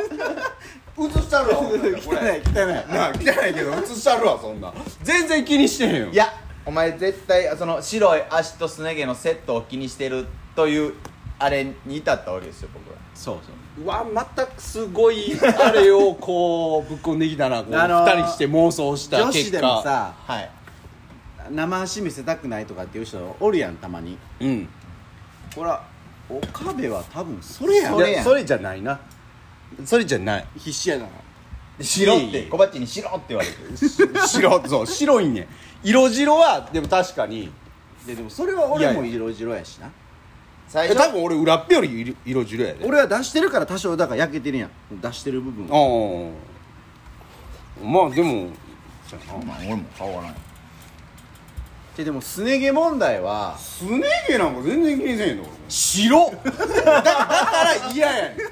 B: 映したるわほんならこ
A: 汚
B: れ
A: い汚い
B: なあ汚いけど映したるわそんな全然気にしてへんよ
C: いやお前絶対その白い足とすね毛のセットを気にしてるというあれに至ったわけですよ僕は
A: そうそう
B: うわまたすごいあれをこうぶっこんできたなこう、
A: あのー
B: 2人して妄想した
A: 女子
B: 結果
A: でもさ
C: はい
A: 生足見せたくないとかっていう人おるやんたまに
B: うん
A: ほら岡部は多分それやん
C: それやん
B: いそれじゃないなそれじゃない
A: 必死やな
C: で白っ
B: いえい
C: て
B: え
C: 小バッチに白って言われてる
B: 白そう白いねん色白はでも確かに
A: ででもそれは俺も色白やしな
C: 最
B: え多
C: 初
B: 分俺裏っぺより色色白やで
A: 俺は出してるから多少だから焼けてるやん出してる部分
B: ああまあでもそうや
C: お
B: な
C: 前俺も顔がない
A: ででもすね毛問題は
B: すね毛なんか全然気にせえへんの白 (laughs) だだから嫌やねんだ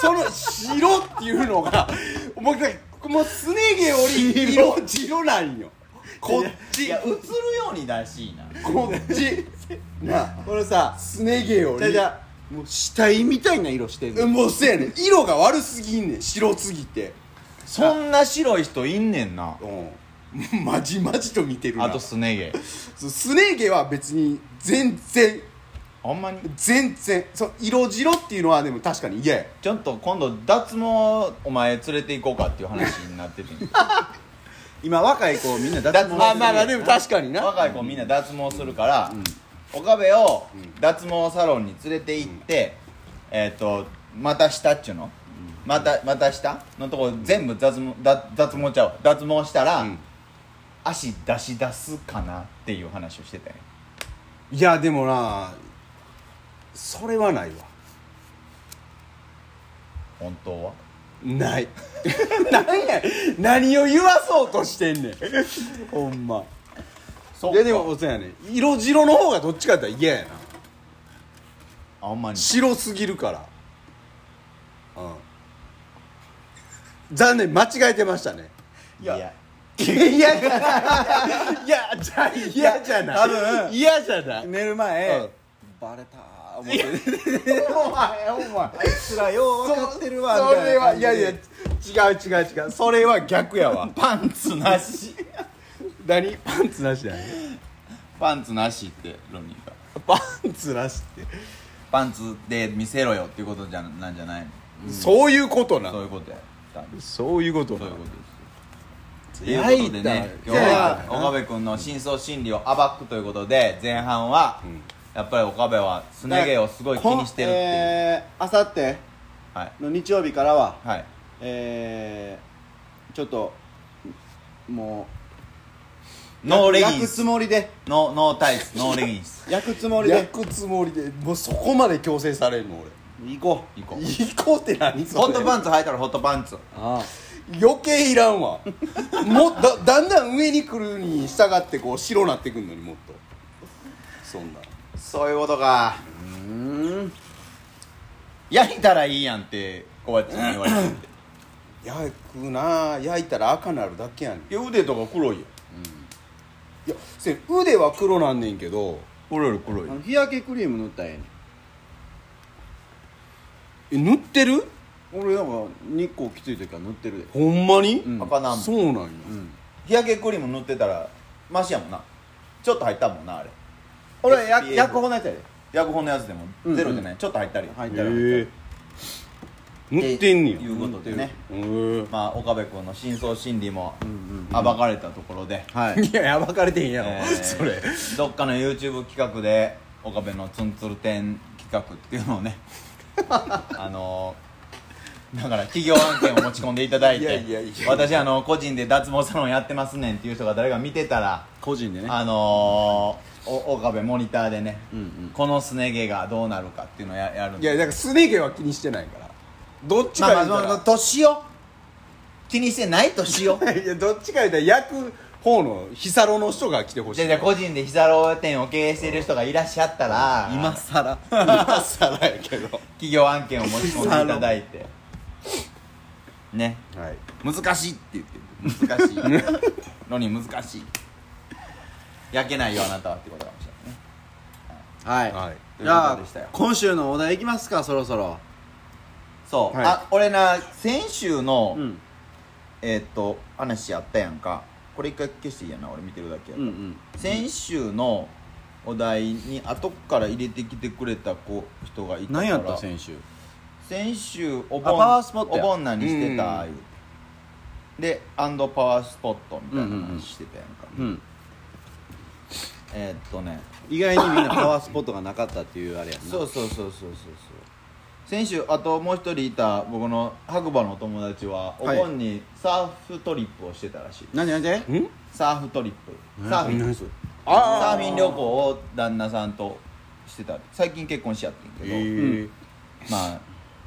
B: その白っていうのがもうだからもうすね毛より色白なんよこっ
C: い
B: ち
C: や映るようにだしいな
B: こっちなあ
A: 俺さ
B: すね毛よ
A: じゃあ
B: り
A: じゃあもう死体みたいな色してんの
B: もうそうやねん色が悪すぎんねん白すぎて
C: そんな白い人いんねんな
B: うんまじまじと見てるな
C: あとすね毛
B: そうスネ毛は別に全然
C: あんまに
B: 全然そう色白っていうのはでも確かに嫌や
C: ちょっと今度脱毛お前連れて行こうかっていう話になってて
A: 今若い子みんな脱毛
C: 脱毛
B: あまあまあでも確かにな
C: 若い子みんな脱毛するから、岡部を脱毛サロンに連れて行って、えっ、と股下っちゅうの、股股下のとこ全部脱毛脱脱毛ちゃうわ脱毛したら、
B: うん
C: 足出し出すかなっていう話をしてたよ
B: いやでもなそれはないわ
C: 本当は
B: ない何や何を言わそうとしてんねんほんま
C: そう
B: いやでもそうやねん色白の方がどっちかやって言ったら嫌やな
C: あほんまに
B: 白すぎるからうん残念間違えてましたね
C: い
B: や
C: や
B: いやいやいやじゃあ嫌じゃない
C: 多分
B: 嫌じゃない
A: 寝る前、
B: うん
A: バレたー思って
B: お前お前
A: あいつらよう分かってるわ
B: そ
A: みた
B: れ
A: いな
B: は
A: 感じ
B: い
A: で
B: やいや違う違う違うそれは逆やわ
C: (laughs) パンツなし
B: 何パンツなしだね
C: パンツなしってロニーが
B: パンツなしって
C: パンツで見せろよっていうことじゃなんじゃないの
B: そういうことな
C: そういうことやったんです
B: そういうこと
C: そう
B: な
C: いうことです
B: いや
C: ということでね
B: い
C: 今
B: や
C: 日
B: い
C: は
B: や
C: 岡部君の真相心理を暴くということで前半は、やっぱり岡部はすね毛をすごい気にしてるっていう、
A: あさって
C: はい
A: の日曜日からは
C: はい
A: えー、ちょっともう
C: ノーレギ
A: 焼
C: ン
A: く
C: ス
A: つもりで
C: ノーノータイツノーレギンス
A: 焼くつもりで
B: 焼くつもりでもうそこまで強制されるの俺
A: 行こう
C: 行こう
B: 行こうって何それ
C: ホットパンツ履いたらホットパンツ
A: あ
B: 余計いらんわ (laughs) もっとだんだん上に来るに従ってこう白なってくんのにもっとそんな
C: そういうこと
A: あ
C: か
A: うん
C: 焼いたらいいやんってこうやって言 (laughs) われてて
B: 焼くなあ焼いたら赤なるだけやねんい
C: いや腕とか黒いよ
B: やせ腕は黒なんねんけど
C: 俺より黒い
A: あの日焼けクリーム塗ったらえ
B: え塗ってる
A: えねん俺なんか日光きつい時から塗ってるで
B: ほんまに、
A: ん
C: 赤なんぼ
B: そうなんや、
C: 日焼けクリーム塗ってたらマシやもんなちょっと入ったもんなあれ
A: 俺はや
C: SPF
A: 薬方のやつやで
C: 薬本のやつでも
A: うん
C: ゼロじゃない、ちょっと入ったり
A: 入
B: へ
A: っ
B: え
A: たら入っ
B: 塗ってんねや
C: いうことでね、
B: へえ
C: まあ岡部君の真相心理も
A: んうん
C: 暴かれたところで、
A: たらはい
B: いややばかれてへんやろ、
A: (laughs)
C: えー
B: それ
C: どっかの YouTube 企画で岡部のツンツル展企画っていうの
A: (laughs)
C: をねあのだから企業案件を持ち込んでいただいて
B: いやいやいや
C: 私あの個人で脱毛サロンやってますねんっていう人が誰か見てたら
A: 個人でね
C: あのー、お岡部モニターでね、
A: うんうん
C: このすね毛がどうなるかっていうのをややるん
B: いやだからすね毛は気にしてないからどっち
C: ま
B: か
C: あ
B: 言う
C: まあ
B: た
C: まあ
B: ら、
C: 年を気にしてない年を
B: いやどっちか言うたら焼く方のヒサロの人が来てほし
C: (laughs) じゃ
B: い
C: あじゃあ個人で膝ロ店を経営している人がいらっしゃったら、
A: 今さら
B: 今更や
C: (laughs)
B: けど
C: 企業案件を持ち込んでいただいてね
B: はい
C: 難しいって言って難しい (laughs) のに難しい焼けないよあなたはってことかもしれないね
A: はい、
B: はい
A: じゃ
C: ということでしたよ
A: あ今週のお題いきますかそろそろ
C: そう、
B: はい
C: あ俺な先週の、
A: うん
C: えーっと話やったやんかこれ一回消していいやな俺見てるだけや
A: う
C: か
A: んうん
C: ら、先週のお題に後から入れてきてくれた子人がいたから
A: 何やった先週
C: 先週お
A: あ
C: 盆
A: パワースポット
C: お
A: や
C: 盆何して
B: う
C: た
B: ん
C: 言うてでアンドパワースポットみたいな話してたやんか、
A: うん
C: えーっとね
A: 意外にみんなパワースポットがなかったっていうあれやんな
C: そうそうそうそうそうそう先週あともう一人いた僕の白馬の友達はお
A: はい
C: 盆にサーフトリップをしてたらしい、
A: 何何で
B: ん
C: サーフトリップサーフィン
B: 何
C: サ
B: あー
C: ーフィン旅行を旦那さんとしてた最近結婚しちゃってんけど、
B: え
C: まあ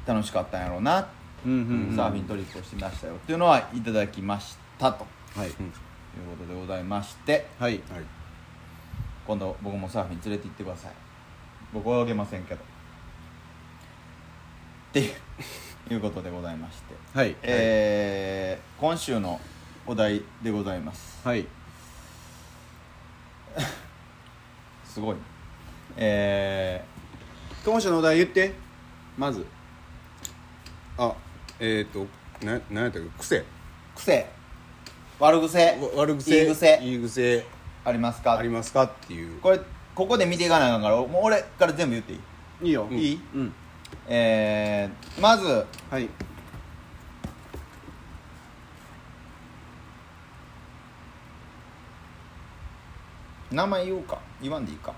C: 楽しかったんやろうな、
A: うんうんうん
C: サーフィントリップをしてましたよっていうのはいただきましたと
A: はい
C: いうことでございまして
A: はい
B: ーはい
C: 今度僕もサーフィン連れて行ってください僕は泳げませんけどっていういうことでございまして、
A: はい
C: えー今週のお題でございます
A: はい
C: (laughs) すごいえ
A: 今週のお題言ってまず
B: あえっ、とな何やったっけ癖
C: ー、癖悪癖
B: わ悪癖
C: いい癖
B: いい癖
C: ありますか
B: ありますかっていう
C: これここで見ていかなあかんからもう俺から全部言っていい
A: いいよ
B: うん
A: いいうん
C: えー、まず
A: はい
C: 名前言おうか言わんでいいか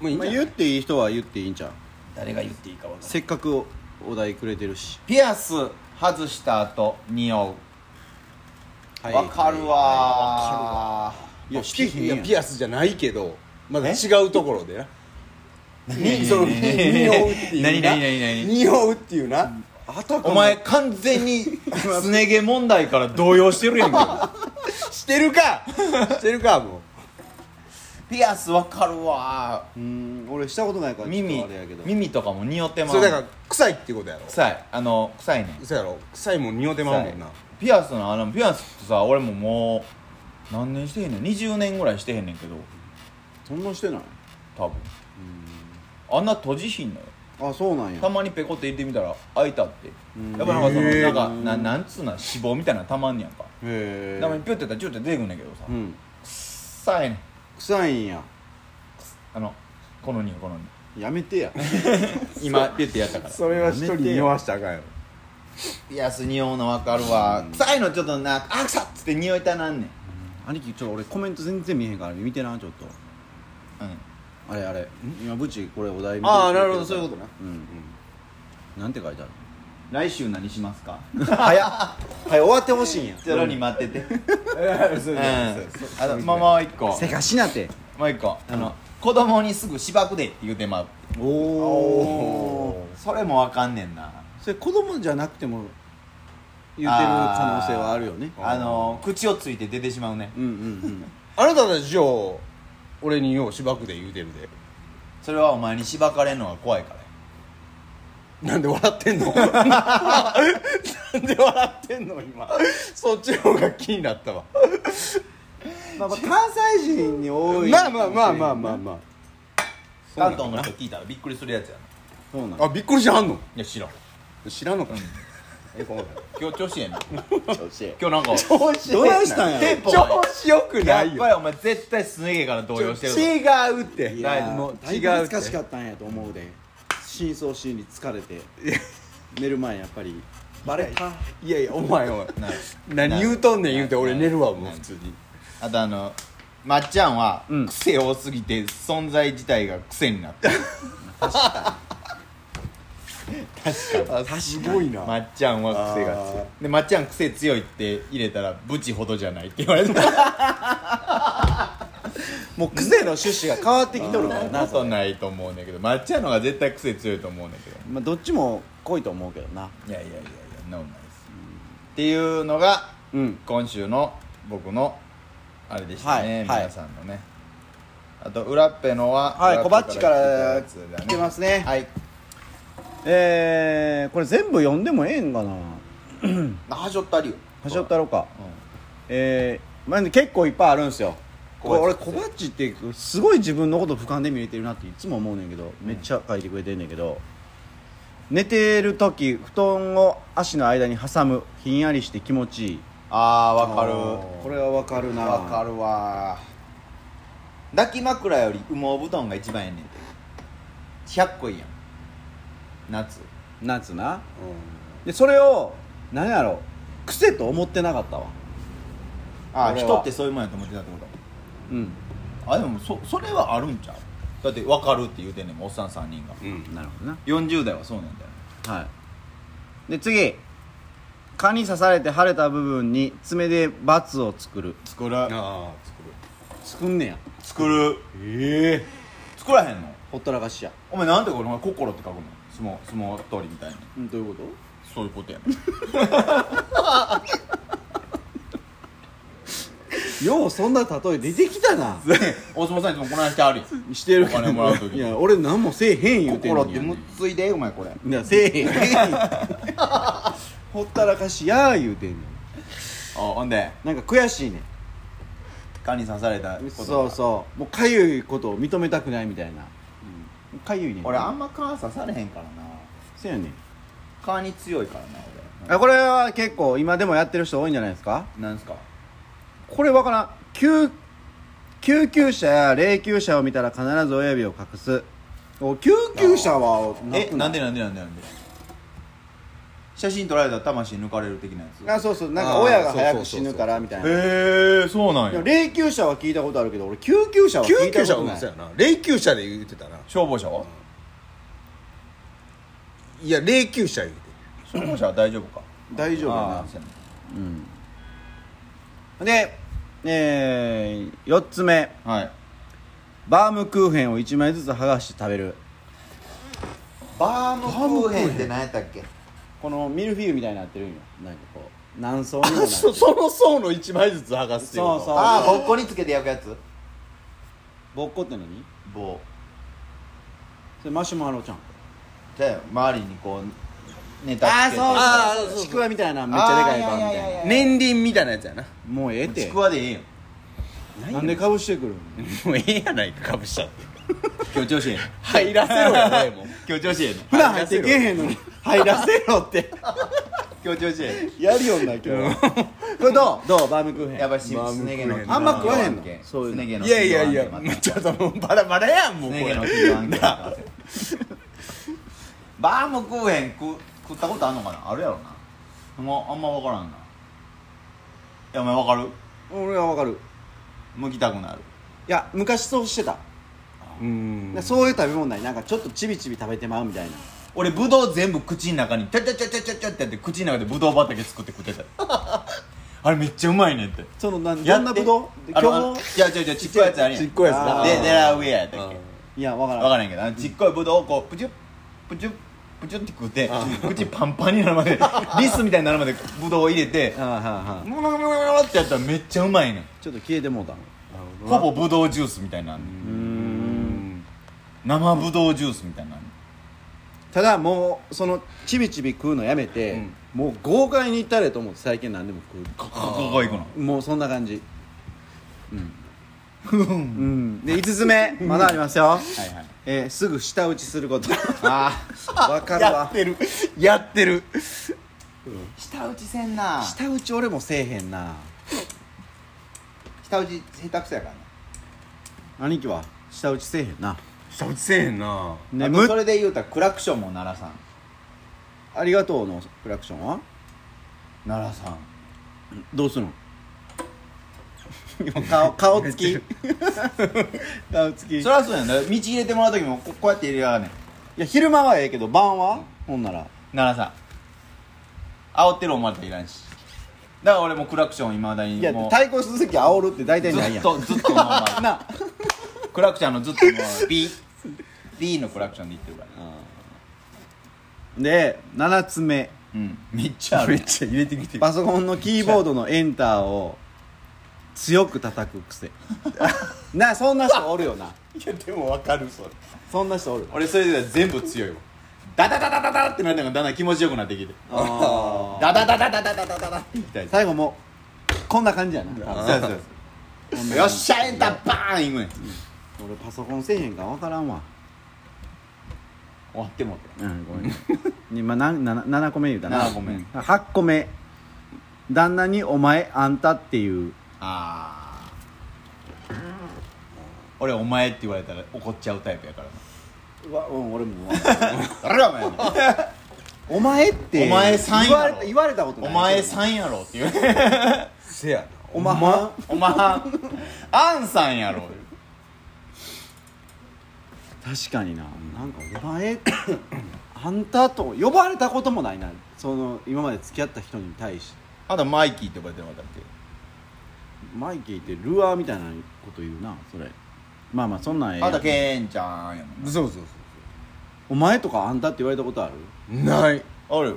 B: まあいいん
A: まあ
B: じゃない
A: 言っていい人は言っていいんちゃう
C: 誰が言っていいか分かんない
A: せっかくお題くれてるし
C: ピアス外した後匂う
A: はい
C: わかるわ
A: いや
B: ピ
A: してへんやん
B: いやピアスじゃないけどまだ
C: え
B: 違うところでなにその匂うっていうな
C: 何何何何
B: 匂うっていうな
A: あた
C: お前完全にすね毛問題から動揺してるやんか
B: してるかしてるかもう
C: ピアスわかるわ
A: うーん俺したことないからちょっと
C: 耳
A: あれやけど
C: 耳とかも匂ってまう
B: それだから臭いっていうことやろ
C: 臭いあの臭いね
B: そうやろ臭いもん匂うてまうもんな
C: ピアスのあのピアスってさ俺ももう何年してへんねん20年ぐらいしてへんねんけど
A: そんなしてない
C: 多分あんな閉じひんのよ
A: あそうなんや
C: たまにペコって入れてみたら開いたって
A: うん
C: やっぱなんかその
B: へー
C: なんかななんつうな脂肪みたいなのたまんねやんか
A: へ
C: たまに
A: え
C: ピュッてやったらチュッて出てくんねんけどさ
A: うん
C: 臭いねん
A: 臭いんや
C: あのこの匂いこの匂い
A: やめてや
B: 今ピュッてやったから
D: それは一人に匂わしたらあかんやろ
C: いや匂うの分かるわ、臭いのちょっとなあ臭っつって匂いたなんねん、
A: (laughs) 兄貴ちょ俺コメント全然見えへんから見てなちょっと
C: うん、
A: あれあれ今ブチこれお題見て
B: ああなるほどそういうことな
A: うん、うん、なんて書いてある
C: 来週何しますか
A: 早っ早終わってほしいんや
C: ゼロに待ってて、うん、
D: そう
C: あとまあもう一個
A: せかしなて
C: もう一個あの、子供にすぐ芝生でって言うてまう
A: おお
C: それも分かんねんな
A: それ子供じゃなくても言ってる可能性はあるよね
C: あの口をついて出てしまうね
A: うんうんうん
B: あなたたちじゃあ俺によう芝生で言うてるで
C: それはお前にしばかれんのが怖いからや
B: なんで笑ってんのなんで笑ってんの今そっちの方が気になったわ
A: まあ、まあ関西人に多い
B: まあまあまあまあまあま
C: 関東の人聞いたらびっくりするやつやな
A: そうなの
B: ああびっくりしはんの
C: いや知らん
B: 知らんのか
C: 今日調子ええな
A: 調子
C: 今日なんか
B: 調子
A: どないしたんやろ
C: テンポが
B: 調子よくな
C: やっ
B: いよ
C: ぱりお前絶対すね毛から動揺してるぞ
B: 違うって
A: いや
B: も
A: も
B: う
A: う
B: 違
A: 違う
B: う
A: 恥
B: っ
A: ずか
B: て
A: しかったんやと思うで深層心理疲れて寝る前やっぱりバレた
B: いやいやお前お前
C: な
B: 何言うとんねん言うて俺寝るわもう
C: な
B: 普通に
C: あとあのまっちゃんは
B: うん
C: 癖多すぎて存在自体が癖に
B: (laughs)
C: なった
B: すごいな
C: まっちゃんは癖が強いでまっちゃん癖強いって入れたらブチほどじゃないって言われた
A: もう癖の趣旨が変わってきとるから
C: (laughs) そん
A: な
C: なことないと思うねんけどまっちゃんの方が絶対癖強いと思うねんけど
A: まあ、どっちも濃いと思うけどない
C: やいやいやいやノーナイスっていうのが
A: うん
C: 今週の僕のあれでしたね、
A: はいはい
C: 皆さんのねあと裏っぺのは
A: はい小
C: 裏っ
A: 鉢
C: ぺ
A: から
C: 来てたやつだね
A: 来てますね
C: はい
A: えー、これ全部読んでもええんかな
C: はしょったりよ
A: はしょったろか、えーまあ、結構いっぱいあるんですよこれ俺
C: 小
A: 小バッチってすごい自分のこと俯瞰で見れてるなっていつも思うねんけど、めっちゃ書いてくれてんねんけど寝てる時布団を足の間に挟むひんやりして気持ちいい
C: ああわかる
A: これはわかるな
C: わかるわ抱き枕より羽毛布団が一番やねんて100個いいやん夏
A: 夏な、でそれを何やろう癖と思ってなかったわ
C: ああ
A: 俺は
C: 人ってそういうもんやと思ってたってこと
A: うん
C: あでもそそれはあるんちゃうだって分かるって言うてんねんもんおっさん3人が
A: なるほどな
C: 40代はそうなんだよ
A: はいで次蚊に刺されて腫れた部分に爪で罰を作る
C: 作る
B: ああ
A: 作んねや
C: 作る
B: え
C: 作らへんの
A: ほったらかしや
C: お前なんでこれお前心って書くの相撲相撲通りみたいに
A: うんどういうこ
C: そういうことや
A: (laughs)
C: ねん
A: とようそんな例え出てきたな
C: お相撲さんいつもこないしてあるよ
A: してるけど
C: お金もらう時
A: いや俺何もせえへん言うてん
C: 心
A: の
C: っ
A: に
C: て
A: やね
C: むっついでお前これ
A: いやせえへんほったらかしや言うてんの
C: あほんで
A: なんか悔しいね
C: 蚊に刺されたこと
A: そうそうもうかゆいことを認めたくないみたいなかゆいねん
C: 俺あんま蚊刺されへんからな
A: せやねん
C: 蚊に強いからな
A: あこれは結構今でもやってる人多いんじゃないですか
C: 俺なんすか
A: これわからん救救急車や霊柩車を見たら必ず親指を隠すお救急車は
C: えなん
A: で
C: でなんでなんでなんで写真撮られたら魂抜かれる的なや
A: あ
C: つ
A: そうそうなん
B: あ
A: か
B: ー
A: 親が早
B: そう
A: く
B: そうそうそう
A: 死ぬからみたいな
C: へえそうなん
A: でも
C: や
A: 霊柩車は聞いたことあるけど俺救急車は聞
B: 救
A: いた
B: 急
A: こ
B: 車
A: と
B: は
A: ない
B: 嘘やな霊柩車で言うてたな
C: 消防車はい
B: や霊柩車言うて
C: 消防車は大丈夫か
A: 大丈夫
C: あ
A: や
C: ーそうやね
A: なでえー、4つ目
C: はい
A: バームクーヘンを1枚ずつ剥がして食べる
C: バームクーヘンって何やったっけ
A: このミルフィーユみたいになってるんよなんかこう何層にもな
B: あ
A: ってる
B: そその層の1枚ずつ剥がすっていうの
A: そうそう
C: ああぼっこにつけて焼くやつ
A: ぼっこって何
C: 棒
A: それマシュマロちゃん
C: じゃあ周りにこうネタ
A: あ
C: つけて
B: あ
A: ー
B: ー
A: そう
B: そう
A: そう
B: そう
A: ちくわみたいなめっちゃでかいバー
C: あー
A: み
C: いやいやいや
A: たい
B: 年輪みたいなやつやな
A: なもうええて
C: ちくわでええよ
A: なんでかぶしてくるの
B: もうええやないかかぶしちゃって
C: 今日調子ええ
B: 入らせろやない
C: (laughs)
B: もん
C: 今日調子ええね
A: 普段入ってけえへんのに入らせろって
C: 今日調子え
A: (laughs) やるよんな今日これどうどうバームクーヘ
C: え
A: ン
C: やっぱしすね毛の
A: あんま食わへんの
C: す
A: そういうの
C: ね毛の
B: いやいやいや
C: (laughs) また
B: ちょっともうバラバラやんもう
C: す
B: これ
C: ね毛の企業案件またバーも食うへん食う食ったことあんのかなあるやろなもうあんま分からんないやお前分かる
A: 俺はわかる
C: 剥きたくなる
A: いや昔そうしてた、
B: うん
A: でそういう食べ物ないなんかちょっとちびちび食べてまうみたいな
C: 俺ブドウ全部口の中にチャチャチャチャチャチャってやって口の中でブドウ畑作って食ってた (laughs) あれめっちゃうまいねんって
A: そのなん
C: や
A: ど
C: っ
A: んな
C: て
A: ぶどう
C: あ
A: 今
C: の
A: 日
C: あのいや違う違うちっこいやつあるやん
B: ちっこいやつ
A: あー
B: な
C: でデラウェアやったっけ
B: う
A: いやわからん
C: 分からんけどあのちっこいブドウをこうプチュップチュップチュッって食って口パンパンになるま (laughs) でリスみたいになるまでブドウを入れて
A: あーはーはー
C: ムロムロムロムロってやったらめっちゃうまいねん
A: ちょっと消えてもうたの
C: ほぼブドウジュースみたいなのあんねん
B: ん
C: 生ブドウジュースみたいなのあんねん
A: ただもうそのちびちび食うのやめて、もう豪快にいったれと思って最近何でも食
C: ここここ行くの
A: うもうそんな感じうん、うん、で5つ目まだありますよ、
C: はいはい
A: えーすぐ舌打ちすることああ分かる (laughs)
B: や
A: わ
B: ってるやってる
C: 舌打ちせんな
A: 舌打ち俺もせえへんな
C: 舌打ち下手くそやからな
A: 兄貴は舌打ちせえへんな
D: 下打ちせえへんな
A: ね
C: あ
A: む
C: とそれで言うたらクラクションも奈良さん
A: ありがとうのクラクションは
C: 奈良さん
A: どうするの顔顔つき (laughs) 顔つきい
C: そりゃそうやんだ道入れてもらう時もここうやって入れやがんねん
A: や昼間はええけど晩はほんなら
C: 奈良さん煽ってる思われたらいらんしだから俺もクラクションいまだに
A: いや
C: もう
A: 対抗する時煽るって大体ない
C: ず
A: や
C: っ
A: ん
C: とずっともうまあ
A: な
C: クラクションのずっともうビービーのクラクションで言ってるからね
A: で7つ目
C: うんめっちゃあるめっちゃ入れてき
A: (laughs)
C: て
A: パソコンのキーボードのエンターを強く叩く癖 (laughs) なそんな人おるよない
B: やでもわかるそれ
A: そんな人おる
C: 俺それで全部強いわダダダダダダってなったのがだんだん気持ちよくなってきて
A: あ
C: ダダダダダダダダダダっていきたい
A: ー最後もこんな感じやな多分
C: そうそうそうよっしゃエンターバーンいくねん終
A: 俺パソコンせえへんから分からんわ
C: わってもうて
A: うんごめん (laughs) 今なな 7, 個目言うたな
C: 7個目
A: うん8個目旦那に「お前あんた」っていう
C: ああ俺お前って言われたら怒っちゃうタイプやから
A: うわうん俺も
C: 誰がお前やねん
A: (laughs) お前って
C: お前さんや
A: 言
C: ろ
A: われた言われたことない
C: お前さんやろっていう
D: せや
A: おまは
C: お前あんさんやろ
A: 確かにななんかお前 (coughs) あんたと呼ばれたこともないなその今まで付き合った人に対して
C: あんたマイキーって呼ばれてなかったっけ
A: マイキーってルアーみたいなこと言うなそれまあまあそんなんええや
C: あ
A: ん
C: んたケンちゃんやもんな
D: そうそう
A: お前とかあんたって言われたことある
D: そうない
C: あるよ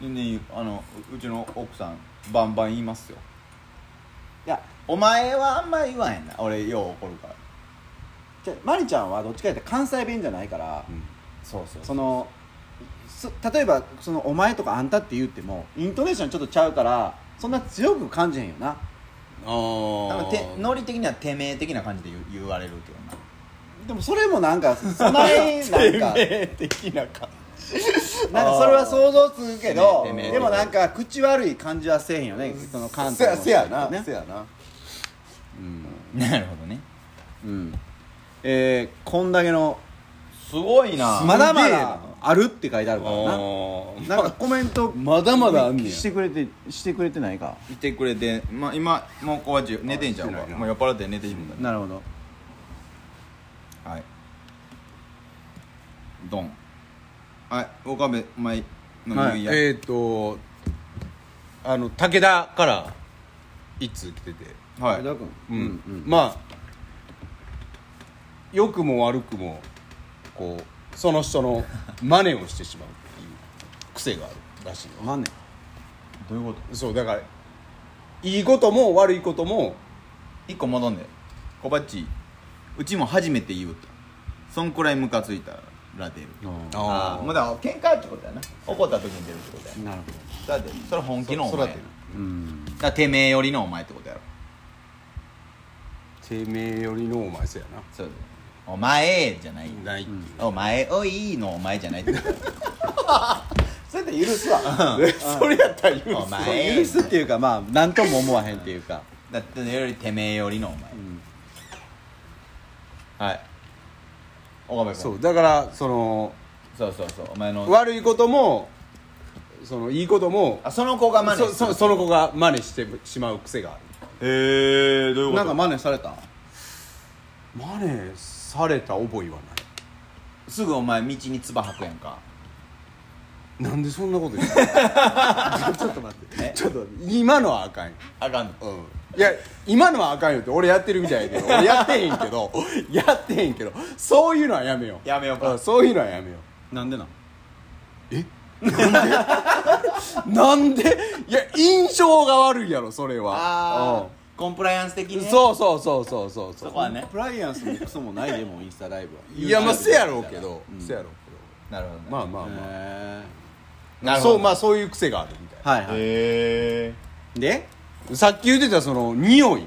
C: 全然言うあのううちの奥さんバンバン言いますよ
A: いや
C: お前はあんま言わへんな俺よう怒るから
A: じゃあマリちゃんはどっちかって関西弁じゃないから、
C: そうそう
A: そのす例えばその「お前」とか「あんた」って言ってもイントネーションちょっとちゃうからそんな強く感じへんよな
C: なん
D: あ
C: かてノリ的にはてめえ的な感じで言う言われるけどな
A: でもそれもなんかそないなんか
B: え的な感
A: なんかそれは想像するけど
C: てめえてめえ
A: でもなんか口悪い感じはせえへんよねその関
B: じ
A: 西の人ってね
B: やな
C: なるほどね
A: うんえー、こんだけの
C: すご
A: 「
C: いな
A: まだまだある」って書いてあるからななんかコメント
B: まだまだあんねや
A: してくれてしてくれてないか
C: いてくれて、まあ、今もうこうやって寝てんちゃう
D: あ
C: か
D: してないな
C: もう酔っ払って寝てしまっ
A: なるほど
C: たはいドンはい岡部お前の言いや、
D: えっ、ー、とあの武田から一通来てて
C: はい
A: 福田君
D: うん、まあ良くも悪くもこうその人の真似をしてしまうっていう癖があるらしいの
A: まんね
C: どういうこと
D: そうだからいいことも悪いことも
C: 一個戻んで小バッチうちも初めて言うとそんくらいムカついたら出る
A: ん
C: ああまだ喧嘩ってことやな怒った時に出るってことや
A: なるほど
C: だってそれ本気のお
D: そ
C: 前
D: 育
C: や
D: てる
A: うん
C: だからてめえ寄りのお前ってことやろ
D: 生命よりのお前せや
C: そうお前じゃない
D: なないっていう、
C: お前おいのお前じゃないってことや
A: それで許すわ
B: それやったら言う
C: ろお前
A: 許すっていうかまあ何とも思わへんっていうか
C: だってよりてめえよりのお前、
A: ん
C: はい岡部君
B: そうだからその
C: そうそうそうお前の
B: 悪いこともそのいいことも
C: あその子がマネ
B: そそその子が真似してしまう癖がある
C: へえどういうこ
A: な
C: と
A: んか真似された
B: 真似された覚えはな
C: すぐお前道に唾吐くやんか
B: いなんでそんなこと言うの (laughs) ちょっと待ってちょっと今のはあかんよ
C: あかんの
B: いや今のはあかんよって俺やってるみたいやけど俺やってへんけど (laughs) やってへんけどそういうのはやめよう
C: やめようか
B: うんそういうのはやめよ
A: なんでなん
B: うなんでいや印象が悪いやろそれは
C: あーコンプライアンス的
B: うん
C: にね
B: そうそうそうそうそうそ
C: そうこはね
A: プライアンスもクソもないでもインスタライブはい
B: やまあせやろうけど、せやろう
C: なるほどね
B: けどまあまあまあ、
A: へ
C: なるほど
B: そうまあそういう癖があるみたい
A: ーはいはい
C: へえ
A: で
B: なさっき言ってたその匂い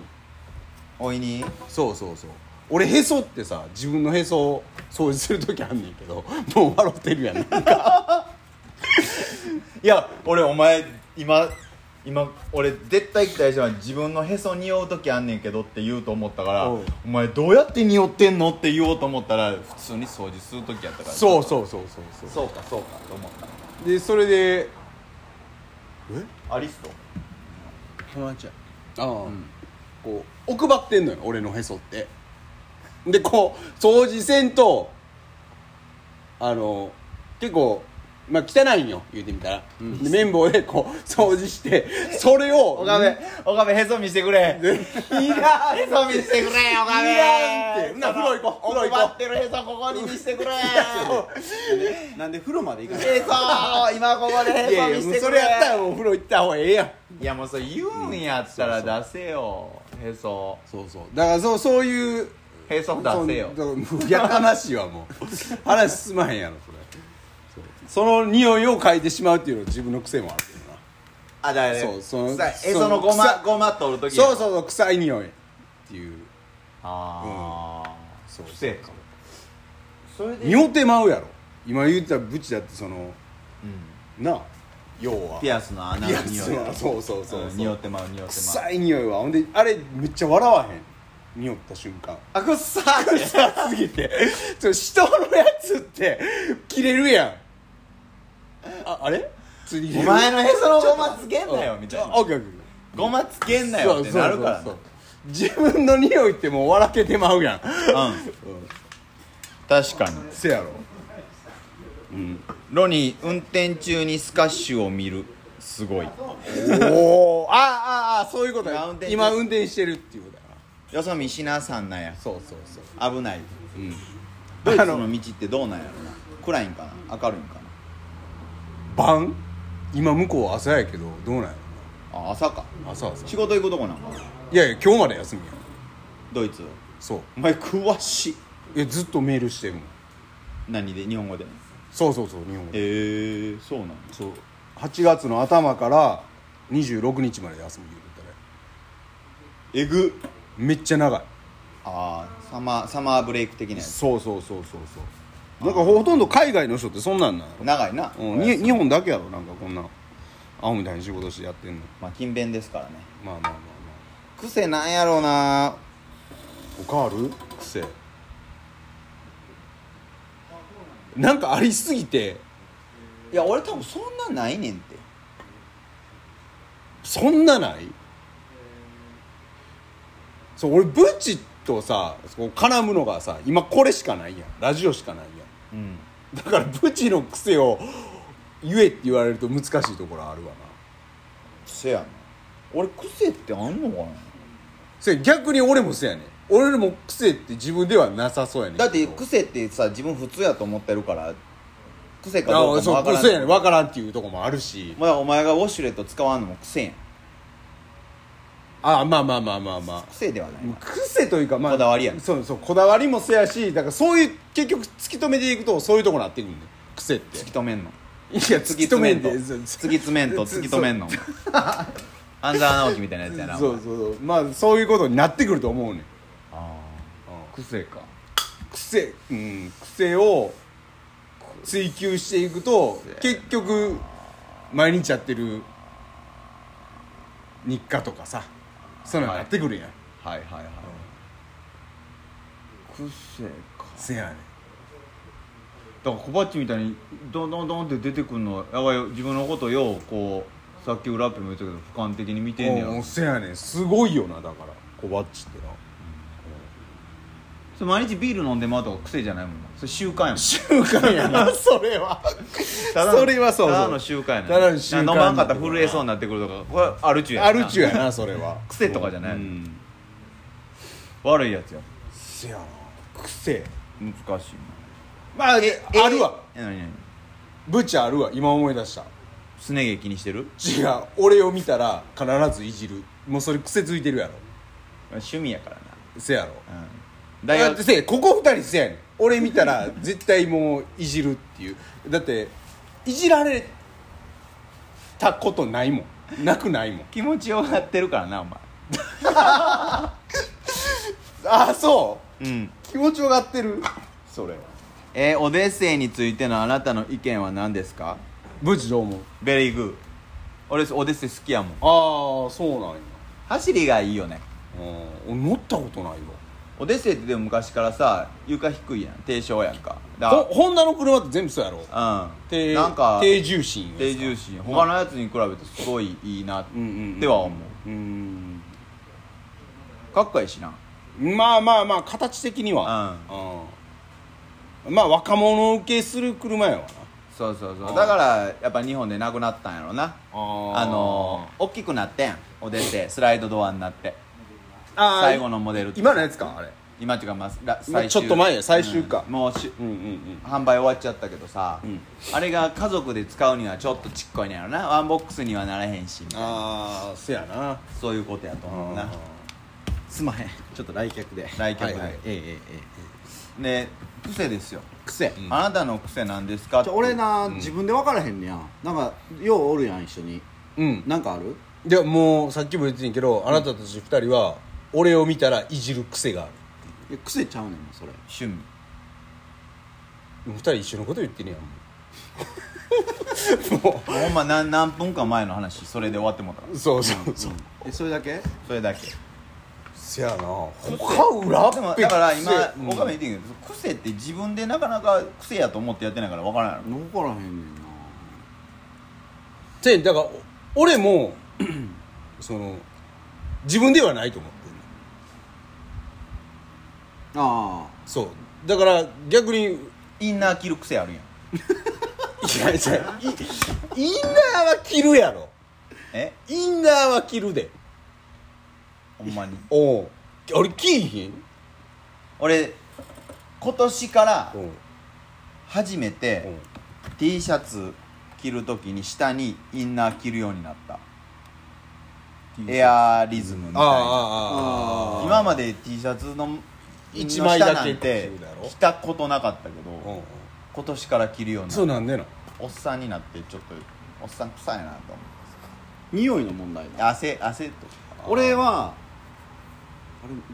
C: おいに
B: そうそうそう俺へそってさ自分のへそを掃除する時あんねんけどもう笑ってるやんなんか
C: いや俺お前今今俺絶対期待したのは自分のへそ匂う時あんねんけどって言うと思ったから
B: お
C: お
B: う
C: 前どうやって匂ってんのって言おうと思ったら普通に掃除する時やったから
B: そうそうそうそうそう
C: そうかそうかと思った
B: でそれで
C: アリスト
A: 友達や
B: ああ、こう奥張ってんのよ俺のへそってでこう掃除せんとあの結構まあ汚いんよ言うてみたら、で綿棒でこう掃除してそれを
C: 岡部岡部へそ見してくれいらんへそ見してくれ岡部
B: いらんってな風呂行こう風呂行こう
C: 困ってるへそここに見してくれ
A: なんで風呂まで行
C: (laughs)
A: かない
C: へそ今ここで
B: い
C: へ
B: や
C: そ
B: い
C: 見
B: や
C: し
B: もう
C: て
B: そ
C: く
B: れ
C: れ
B: やったらもうお風呂行った方がええやん
C: いやもうそれ言うんやったら出せよへそ
B: そうそうだからそうそういう
C: へそ出せよ
B: そうもうやかましいわもう話進まへんやろそれそうその匂いを嗅いでしまうっていうのは自分の癖もあるけどな
C: あだから
B: そうその
C: さ
B: その
C: へそのごま
B: 臭
C: ごま取るとき
B: そう
C: う
B: そうそう臭い匂いっていう
C: ああ
B: そう
C: くせえかそれ
B: 匂うてまうやろ今言ったブチだってそのなあ要は
C: ピアスの穴
B: ピ
C: の
B: アス
C: 匂い
B: はそうそうそううんそう
C: 匂ってまう匂ってまう
B: 臭い匂いはほんであれめっちゃ笑わへん匂った瞬間 (laughs)
C: あくっさ
B: 臭すぎてちょ人のやつって切れるやんああれつに
C: お前のへそのごまつけんなよみたいな
B: オッケーオッケー
C: ごまつけんなよってなるか
B: そうそう
C: らな
B: そう自分の匂いってもう笑けてまうやん (laughs)
C: うん確かに
B: せやろ
C: ロニー運転中にスカッシュを見るすごい
B: おおあああそういうこと
C: 今運
B: や
C: 転中
B: 今運転してるっていうことやな
C: よそ見しなさんなんや
B: そうそうそう
C: 危ないドイツの道ってどうなんやろな暗いんかな明るいんかな
B: 晩今向こう朝やけどどうなんや
C: あ朝か
B: ろな朝朝
C: 仕事行くとこなんかない
B: やいや今日まで休みやん
C: ドイツ
B: そう
C: お前詳しい
B: えずっとメールしてるもん
C: 何で日本語で
B: そうそうそう日本語で
C: へえそうなん
B: そう8月の頭から26日まで休み言うてたね
C: えぐ
B: めっちゃ長い
C: ああサマーサマーブレイク的なやつ
B: そうそうそうそうそうなんかほとんど海外の人ってそんなんなんやろ
C: 長いな、
B: うん、に日本だけやろなんかこんな青みたいに仕事してやってんの
C: まあ勤勉ですからね
B: まあまあまあま
C: 癖なんやろうな
B: あ他ある癖なんかありすぎて
C: いや俺多分そんなんないねんって
B: そんなないそう俺ブチとさこう絡むのがさ今これしかないやんラジオしかないや
C: うん
B: んだからブチの癖を言えって言われると難しいところあるわな
C: 癖やな俺癖ってあんのかな
B: それ逆に俺もそうやねん俺も癖って自分ではなさそうやねんけ
C: だ
B: ど
C: って癖ってさ自分普通やと思ってるから癖かどう
B: あ
C: かも
B: そ
C: わ
B: う
C: からん
B: そうやね分からんっていうとこもあるし
C: まあお前がウォシュレット使わんのも癖やん
B: あまあまあまあまあまあ
C: 癖ではないな
B: 癖というかまあ
C: こだわりやね
B: そうそうこだわりもそうやしだからそういう結局突き止めていくとそういうとこになってくるんだよ癖ってい
C: 突き止めんの
B: や突き止めんでそう
C: 突き詰めんと突き止めんの (laughs) 半沢直樹みたいなやつやな
B: そうそうそうまあそういうことになってくると思うねん
C: ああ癖か
B: 癖うん癖を追求していくと結局毎日やってる日課とかさそういうのになってくるやん、
C: はいはいはい癖か
B: せやねん
C: だからコバッチみたいにどんどんどんって出てくるのやばいよ自分のことようこうさっき裏っぺも言ったけど俯瞰的に見てんねや
B: お
C: ろ
B: うせやねんすごいよなだからコバッチってな
C: それ毎日ビール飲んでまうとか癖じゃないもんなそれ習慣やもん
B: 習慣やなそれは
C: ただ
B: (laughs)
C: の
B: それはそうそう
C: ただの習慣やね
B: ただの習慣
C: 飲まんかったら震えそうになってくるとかこれあるちゅうや
B: あるちゅう
C: う
B: やなそれ
C: (laughs)
B: は
C: 癖とかじゃな
B: う
C: い、
B: ん
C: 悪いやつや
B: せやな癖
C: 難しい
B: まあえあるわ
C: なえ何何
B: ブチあるわ今思い出した
C: すね毛気にしてる
B: 違う俺を見たら必ずいじるもうそれ癖ついてるやろ
C: 趣味やから
B: せやろ
C: な、うん、
B: だ
C: 大
B: って
C: 学
B: せここ二人せやねん俺見たら絶対もういじるっていうだっていじられたことないもんなくないもん
C: 気持ちよがってるからなお前
B: ああそう
C: うん
B: 気持ちよがってる
C: それえー、オデッセイについてのあなたの意見は何ですか
B: ブチどう思う
C: ベリーグー俺オデッセイ好きやもん
B: ああそうなんや
C: 走りがいいよね
B: うん俺乗ったことないわ
C: オデッセイってでも昔からさ床低いやん低床やんかだ
B: ほホンダの車って全部そうやろ
C: うん
B: 低
C: なんか
B: 低重心
C: 低重心他のやつに比べてすごいいいなっ
B: うんうんうん
C: ては思
B: うん
C: うかっこいいしな
B: まあまあまあ形的にはうんまあ若者受けする車やわな
C: そうそうそうだからやっぱ日本でなくなったんやろなあ
B: あ
C: のー、大きくなってんオデッセイスライドドアになって
B: あー
C: 最後のモデル
B: 今のやつかあれ
C: 今っていうかまあ
B: ま
C: ら
B: あ
C: 最終
B: ちょっと前や最終か
C: うんもうし
B: うんうんうん
C: 販売終わっちゃったけどさ、あれが家族で使うにはちょっとちっこいねやろなワンボックスにはならへんしみたいな
B: ああせやな
C: そういうことやと思うな
A: すまへんちょっと来客で
C: 来客で、
A: はいはいえええええ
C: で癖ですよ、
A: 癖
C: あなたの癖なんですかっ
A: じゃ
C: て
A: あ俺な、自分で分からへんねやなんかようおるやん一緒に
B: うん
A: なんかある
B: いやもうさっきも言ってんけどあなたたち二人は俺を見たらいじる癖がある
A: いや癖ちゃうねんもんそれ
C: 趣味
B: 二人一緒のこと言ってね
C: ほんま何何分か前の話それで終わってもうたから
B: やんそうそうそう
A: えそれだけ
C: それだけ
B: せやな他裏っ
C: でも
B: ぺ
C: だから
B: 癖
C: 今
B: うん
C: 岡部言ってんけど、癖って自分でなかなか癖やと思ってやってないから分からんやろ
A: 分からへんねんな
B: せやだからお俺も (clears throat) その自分ではないと思ってる
A: ああ
B: そうだから逆にい
C: インナー着る癖あるやん
B: やいやいインナーは着るやろ
C: え
B: インナーは着るで
C: ほんまに
B: おう俺着いひん
C: 俺今年から
B: うん
C: 初めて、
B: うん
C: T シャツ着るときに下にインナー着るようになったエアリズムみたいな
B: ああああああ
C: 今まで T シャツの
B: 一枚だけ
C: の下なんて
B: 着るだろ
C: 着たことなかったけ
B: うんう
C: ど
B: ん
C: 今年から着るように
B: そう
C: なっ
B: なんでな
C: たおっさんになってちょっとおっさん臭いなと思
A: 匂いの問題
C: って
A: だ
C: 汗
B: (clears throat)
C: 汗と
A: 俺はあ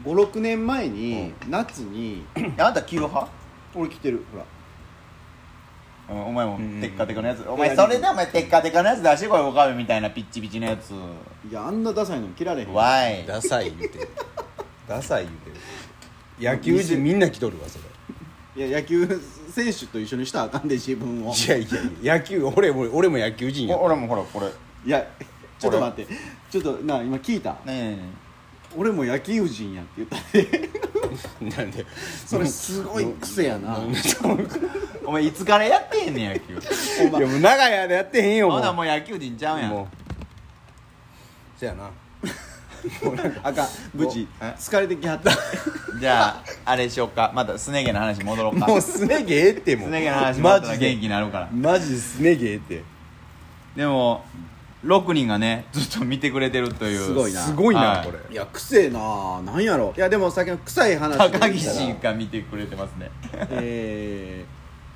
A: れ56年前に、夏 (clears throat) に
C: あなた着る派
A: 俺着てるほら
C: うんお前も
B: ん
C: テッカテカのやつお
A: エア
C: 前
A: リズム
C: それでお前テッカテカのやつ出してこいおかみみたいなピッチピチのやつ
A: いやあんなダサいの着られへん
C: わい
B: ダサい言うてるダサい言うてる野球人みんな着とるわそれ
A: いや野球選手と一緒にしたらあかんで自分を
B: いやいやいや野球俺も俺も野球人や
C: お俺もほらこれ
A: い (laughs) やちょっと待ってちょっとな今聞いた
C: 何何何
A: 俺も野球人やって言ったで
B: なんで
A: それすごい癖やな
C: お前いつからやってんねん野球
B: いやもう長い間やってへんよも
C: ほ
B: う
C: なもう野球人ちゃうやん
B: もうせやな
A: あかん無事
C: え
A: 疲れてきは (laughs) った
C: じゃああれしよっかまたスネ毛の話戻ろうか
B: もうすね毛ええっても
C: ス
B: う
C: ネ毛の話戻
B: マ
C: ったら
B: ジ
C: 元
B: で
C: 気になるから
B: マジすね毛ええって
C: でも6人がねずっと見てくれてるという
A: すごいな
B: すごいな
C: は
B: これ
A: いや癖なあなんやろいやでも先の臭い話で
C: 高
A: 言ったら
C: 岸が見てくれてますね
A: え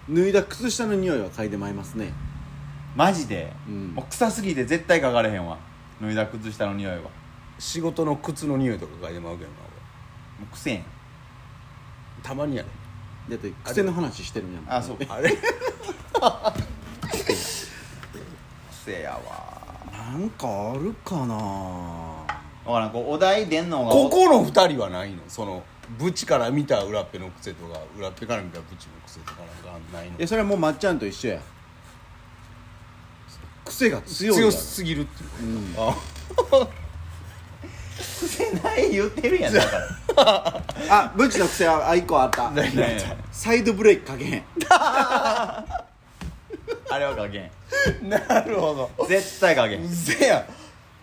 A: ー、脱いだ靴下の匂いは嗅いでまいりますね
C: マジで、
A: うん
C: もう臭すぎて絶対かかれへんわ脱いだ靴下の匂いはも
B: 仕事の靴の匂いとか嗅いでまうけどな
C: う臭えん
B: 俺たまにやね
A: だって癖の話してるんやもん
C: (laughs) あそう
D: (laughs)
B: あれ
C: 臭えやわ
A: なんかあるかな
C: わからんこうお題出んのが
B: ここの二人はないのその
D: ブチから見た裏っぺの癖とか裏っぺから見たブチの癖とかなんかないの
A: えそれはもうまっちゃんと一緒や癖が強いやろ
D: 強すぎるっていう、あ
C: 癖ない言ってるやんだ
B: (laughs)
C: から
A: あブチの癖はあ一個あったサイドブレーキかけへん
C: あれは加減
D: なるほど
C: 絶対加
D: う
C: 減
D: ぜや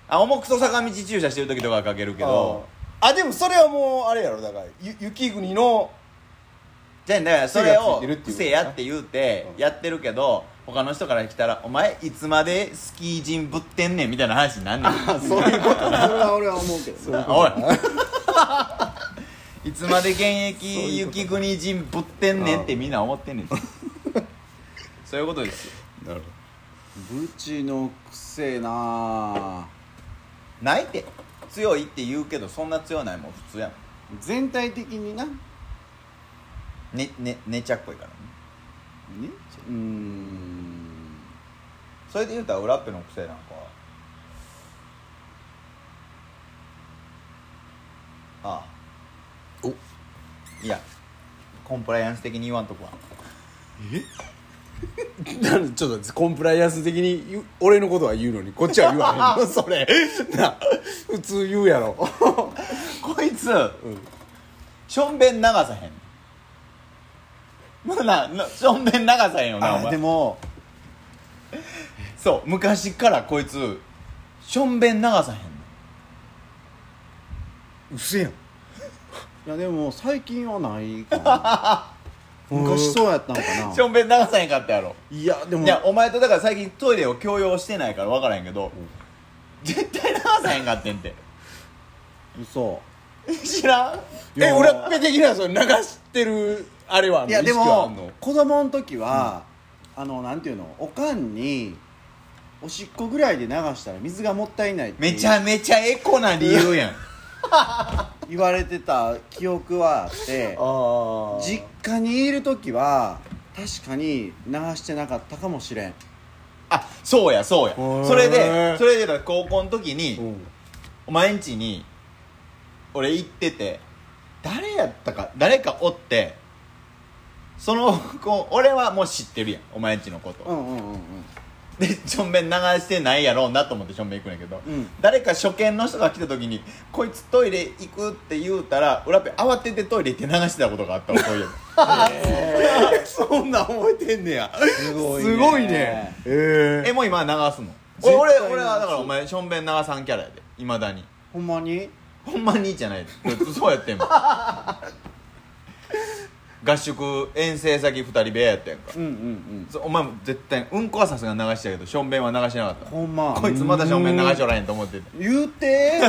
C: あ重くそ坂道駐車してる時とかはかけるけど
D: あでもそれはもうあれやろだからゆ雪国の
C: じゃあだからそれ
D: 癖がつ
C: を
D: いてるっていうこと
C: 癖やって言うてやってるけど他の人から来たら「お前いつまでスキー人ぶってんねん」みたいな話になんねん
A: そういうことそれは俺は思うけどな
C: おい (laughs) いつまで現役雪国人ぶってんねんってみんな思ってんねんそういうことですよ
D: なる
A: ブチの癖なあ
C: ないって強いって言うけどそんな強ないもん普通やも
A: 全体的になね
C: んねねねちゃっこいからね
A: うーん
C: それで言うたら裏っぺの癖なんかはああ
D: お
C: いやコンプライアンス的に言わんとこは
D: なんでちょっとコンプライアンス的に言う俺のことは言うのにこっちは言わへんのそれな普通言うやろ
C: こいつ、しょんべん流さへんまあななしょんべん流さへんよなお
A: あで
C: 前
A: も
C: そう昔からこいつしょんべん流さへん
D: うせやん
A: いやでも最近はないかな昔そうやったのか
C: のしょ
A: なん
C: べん流さへんかったやろ
A: いやでも
C: いやお前とだから最近トイレを強要してないから分からへんけど、絶対流さへんかってんて
A: 嘘
C: 知らん
A: いや
D: え裏っぺ的なその流してるあれはあん
A: い
D: の
A: やで
D: 意識はあん
A: も
D: の
A: 子供の時は、あのなんていうのおかんにおしっこぐらいで流したら水がもったいないって
C: めちゃめちゃエコな理由やん
A: 言われてた記憶はあ
B: (laughs)
A: って
D: ああ
A: 実家にいる時は確かに流してなかったかもしれん
C: (laughs) あそうやそうや
D: ー
C: それでそれでだから高校の時に、
D: うん
C: お前んちに俺行ってて誰やったか誰かおってその子俺はもう知ってるやんお前んちのこと、
A: うんうんうんうん
C: でしょんべん流してないやろうなと思ってしょんべん行くんやけど、
A: うん
C: 誰か初見の人が来た時に「こいつトイレ行く」って言うたら裏ペ慌ててトイレ行って流してたことがあったわそういえば
D: そんなん覚えてんねや
A: すご
D: すごいねえ
C: えもう今流すの
A: 対
C: 俺
A: 流す
C: 俺はだからお前しょんべん流さんキャラやでいまだに
A: ほんまに
C: ほんまにじゃないですそうやってんもん合宿遠征先2人部屋やったやんか
A: うんうんうん
C: そうお前も絶対うんこはさすがに流してたけどしょんべんは流してなかった
A: ほんま
C: こいつまたしょんべん流しおらへんと思ってて
A: 言うて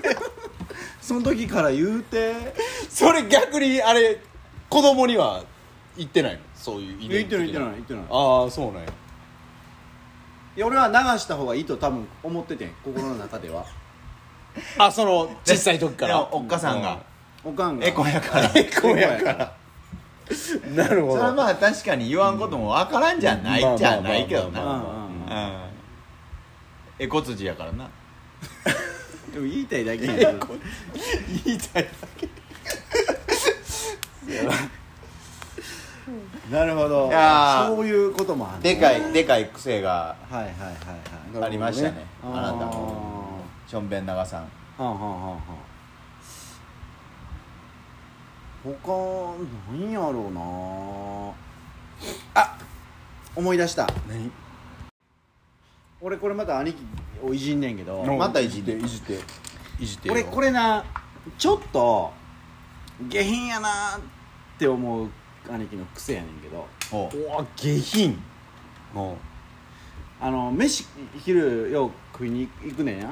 A: (laughs) その時から言うて
D: それ逆にあれ子供には言ってないのそういう遺伝
A: 言ってない
D: 的
A: 言ってない言ってない
D: ああそうなんや
A: いや俺は流した方がいいと多分思っててん心の中では
D: あその小さい時か
C: で
D: ら
C: もおっかさんが
A: おかんが
C: エコやから
D: エコや
A: (laughs)
D: からなるほ
C: それは
D: ど
C: まあ確かに言わんこともわからんじゃない
D: うん
C: じゃないけど
A: うん
C: な
A: うんうん
C: うんえこつじやからな
A: でも言いたいだけやけど
D: 言いたい
A: なるほど
C: いやー
A: そういうこともある
C: でかいでかい癖が
A: はいはいはいはい
C: ありましたね
A: あー
C: あなたもしょんべん流さん
A: はんはんはんはん他何やろうなあ思い出した
D: 何
A: 俺これまた兄貴をいじんねんけど
D: うん
C: またいじん
D: いじっていじって
A: 俺これなちょっと下品やなって思う兄貴の癖やねんけど
C: ほう
D: れお下品も
A: あの飯昼よう食いに行くねんや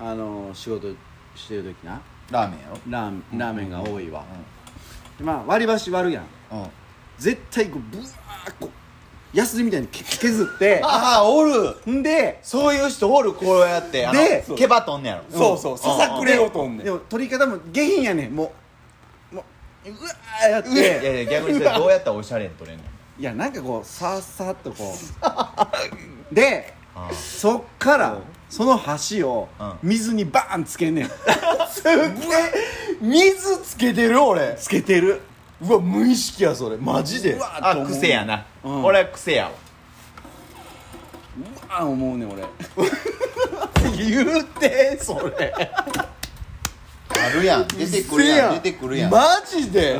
C: うん
A: あの仕事してる時な
C: ラーメンやろ
A: ラーラーメンが多いわ、まあ割り箸割るやん
C: うんあ
A: 絶対こうブワーこうヤスリみたいにけ削
D: (laughs)
A: って
C: あおる
A: んで
C: そういう人おるこうやってあの
A: で
C: 毛羽とんねや
D: う
C: ろ
D: そうそうささくれをとんねん
A: でも取り方も下品やねんもうもううわーやっ
C: いや
A: て
C: いや逆にそれどうやったらおしゃれに取れんの
A: いやなんかこうさーっさーっとこ (laughs) うで
C: あ
A: そっからその箸を
C: うん
A: (laughs) 水にバーンつけんねん、
D: (laughs) すっげえ
B: 水つけてる俺
A: つけてる
B: うわ無意識やそれマジで
C: あ癖やな、
B: うん
C: 俺は癖やわ
B: あ思うね俺
E: 言うてそれ
C: あるやん出てくるやん出てくるやん、
B: マジで、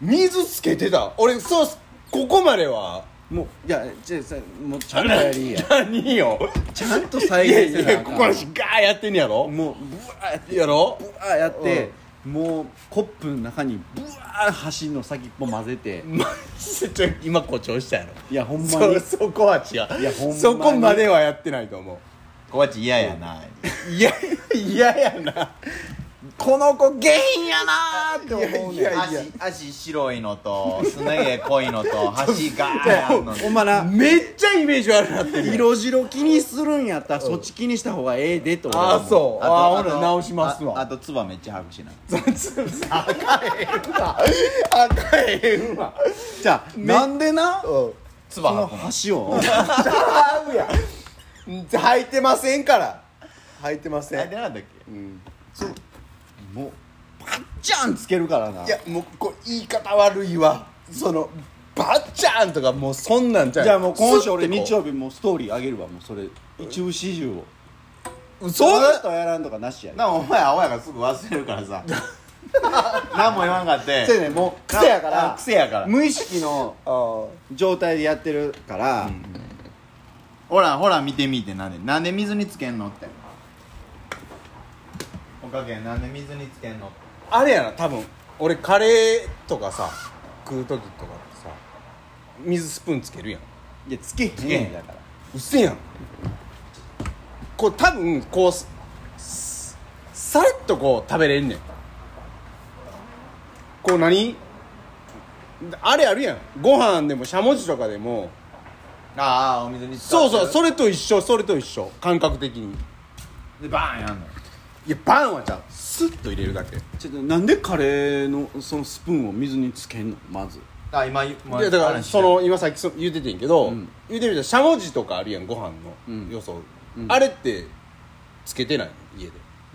B: 水つけてた俺そうここまでは
A: もういやじゃあさもうちゃんとやりや
B: 何よ
A: (laughs) ちゃんと
B: い
A: 再
B: や
A: 現
B: い
A: せなあ
B: や
A: かん
B: ここらしガーやってんねやろ
A: もうブワーやって
B: やろ
A: ブワーやって、もうコップの中にブワー箸の先っぽ混ぜて
B: マジでちょ今誇張したやろ
A: いやほんまに
B: そそこは違う
A: いやほんまに
B: そこまではやってないと思
C: 小鉢嫌やな、
B: ういや嫌やな
C: この子下品やな
A: って思うね
B: いやいやいや
C: 足足白いのとすね毛濃いのと箸がーあんの
A: ほんまな
B: めっちゃイメージ悪くなってる
A: 色白気にするんやったらそっち気にした方がええでと俺は
B: あ
A: 思
B: あそうああほ
C: と
B: ら直します
C: ああ
B: わ
C: と唾めっちゃ吐くしな
B: あかへんわ
A: じゃあなんでな
B: うん
A: そ
C: 唾
A: の
C: 吐くの
A: 箸を
B: ちゃうやん履いてませんから履いてませ
C: あ
B: ん
C: でなんだっけ
A: もうパッチャンつけるからない
B: やもうこう言い方悪いわそのバッチャーンとかもうそんなんじゃ
A: じゃあもう今週俺
B: スッてこう
A: 日曜日もうストーリーあげるわもうそれ一部始終を
B: 嘘
A: そうだとやらんとかなしやで
C: なんかお前青やからすぐ忘れるからさ何も言わんかって
A: そうやねもう癖やか
C: あ
A: ら
C: 癖やから
A: 無意識の
B: あ
A: 状態でやってるから、
C: ほらほら見てみてなんでなんで水につけんのっておかげなんで水につけんの
B: ああれやな多分俺カレーとかさ食う時とかさ水スプーンつけるやん
A: いやつけへんねんだから
B: うっせえやんこう多分こうすすさらっとこう食べれんねんこう何あれあるやんご飯でもしゃもじとかでも
C: ああお水につか
B: そ
C: って
B: うそうそれと一緒それと一緒感覚的に
C: でバーンやんの
B: いやパンはじゃあスッと入れるだけい
A: ちょっとなんでカレーのそのスプーンを水につけんのまず
C: あ今い
B: やだからその今さっきそ言うててんけど、言うてみたらしゃもじとかあるやんご飯の予想、あれってつけてない家で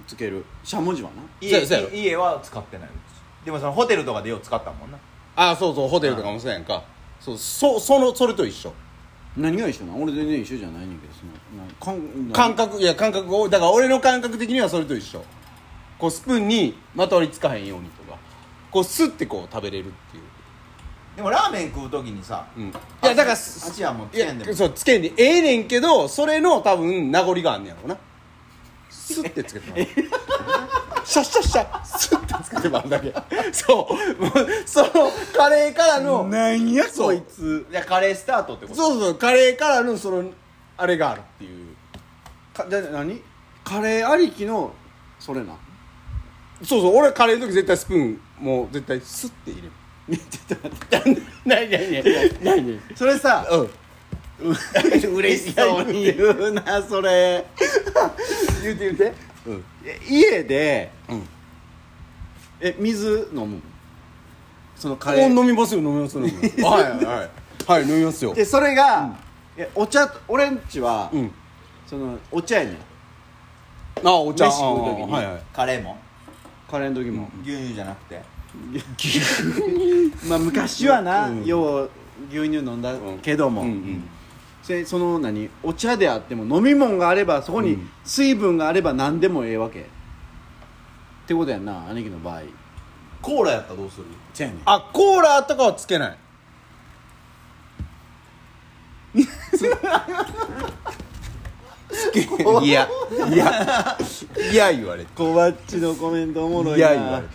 A: つけるしゃもじはな
C: 家
B: そうやそうやろ
C: 家は使ってないうちでもそのホテルとかでよう使ったもんな
B: ああそうそうホテルとかもそうやんかそうそそのそれと一緒
A: 何が一緒なん俺全然一緒じゃないねんけどそのなんかんなん
B: 感覚いや感覚をだから俺の感覚的にはそれと一緒こうスプーンにまとわりつかへんようにとかこうスッてこう食べれるっていう、
C: でもラーメン食う時にさ
B: うん、いやだからす
C: 足はもうつ
B: い
C: けんで
B: や
C: も
B: そうつけんでええねんけどそれの多分名残があんねやろうなスッてつけてもらうシャッシャッシャッスッてつけてもらうだけそうもうそのカレーからの
A: なんやこ
B: そう
A: いつ
C: じゃあカレースタートってこと
B: そうそうカレーからのそのあれがあるっていう
A: かじゃあ何カレーありきのそれな
B: そうそう俺カレーの時絶対スプーンもう絶対スッて入れる
A: それさ
B: うん
A: 嬉しそうに言うなそれ
B: 言うて言うて
A: え家で、
B: うん
A: え水飲むそのカ
B: お
A: レー
B: 飲みますよ飲みます飲みますはいはいはい飲みますよ
A: でそれが、いやお茶俺んちは、
B: うん
A: そのお茶やねん
B: ああお茶
A: 飯食う時に
B: ああはいはい
C: カレーも
A: カレーの時も、
C: 牛乳じゃなくて
A: まあ昔はな、よう牛乳飲んだけども、
B: うんうん
A: でその何お茶であっても飲み物があればそこに水分があれば何でもええわけ、ってことやんな兄貴の場合
C: コーラやったらどうする
A: 茶やねん
B: あコーラとかはつけない
C: いや
B: いやいや言われて
A: こわっちのコメントおもろい
B: いや
A: な
B: 言われて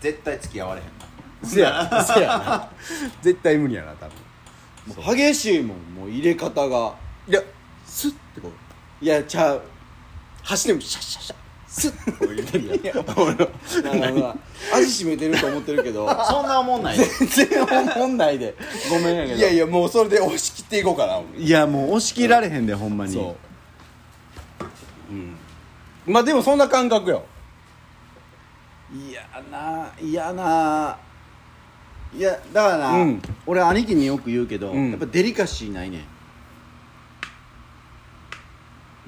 C: 絶対付き合われへんな
B: せや (laughs) せやな絶対無理やな多分
A: もう激しいもんもう入れ方が
B: いやスッてこう
A: いやちゃう
B: 箸でもシャッシャッシャッスッてこう入れるやん
A: なん
B: (laughs)
A: か味しめてると思ってるけど
C: そんな思んない
A: 全然思んないでごめんやけど
B: いやいやもうそれで押し切っていこうかない
A: やもう押し切られへんでほんまに
B: ううんまあでもそんな感覚よ
A: 嫌な嫌ないやだからな、
B: うん
A: 俺兄貴によく言うけど、
B: うん
A: やっぱデリカシーないねん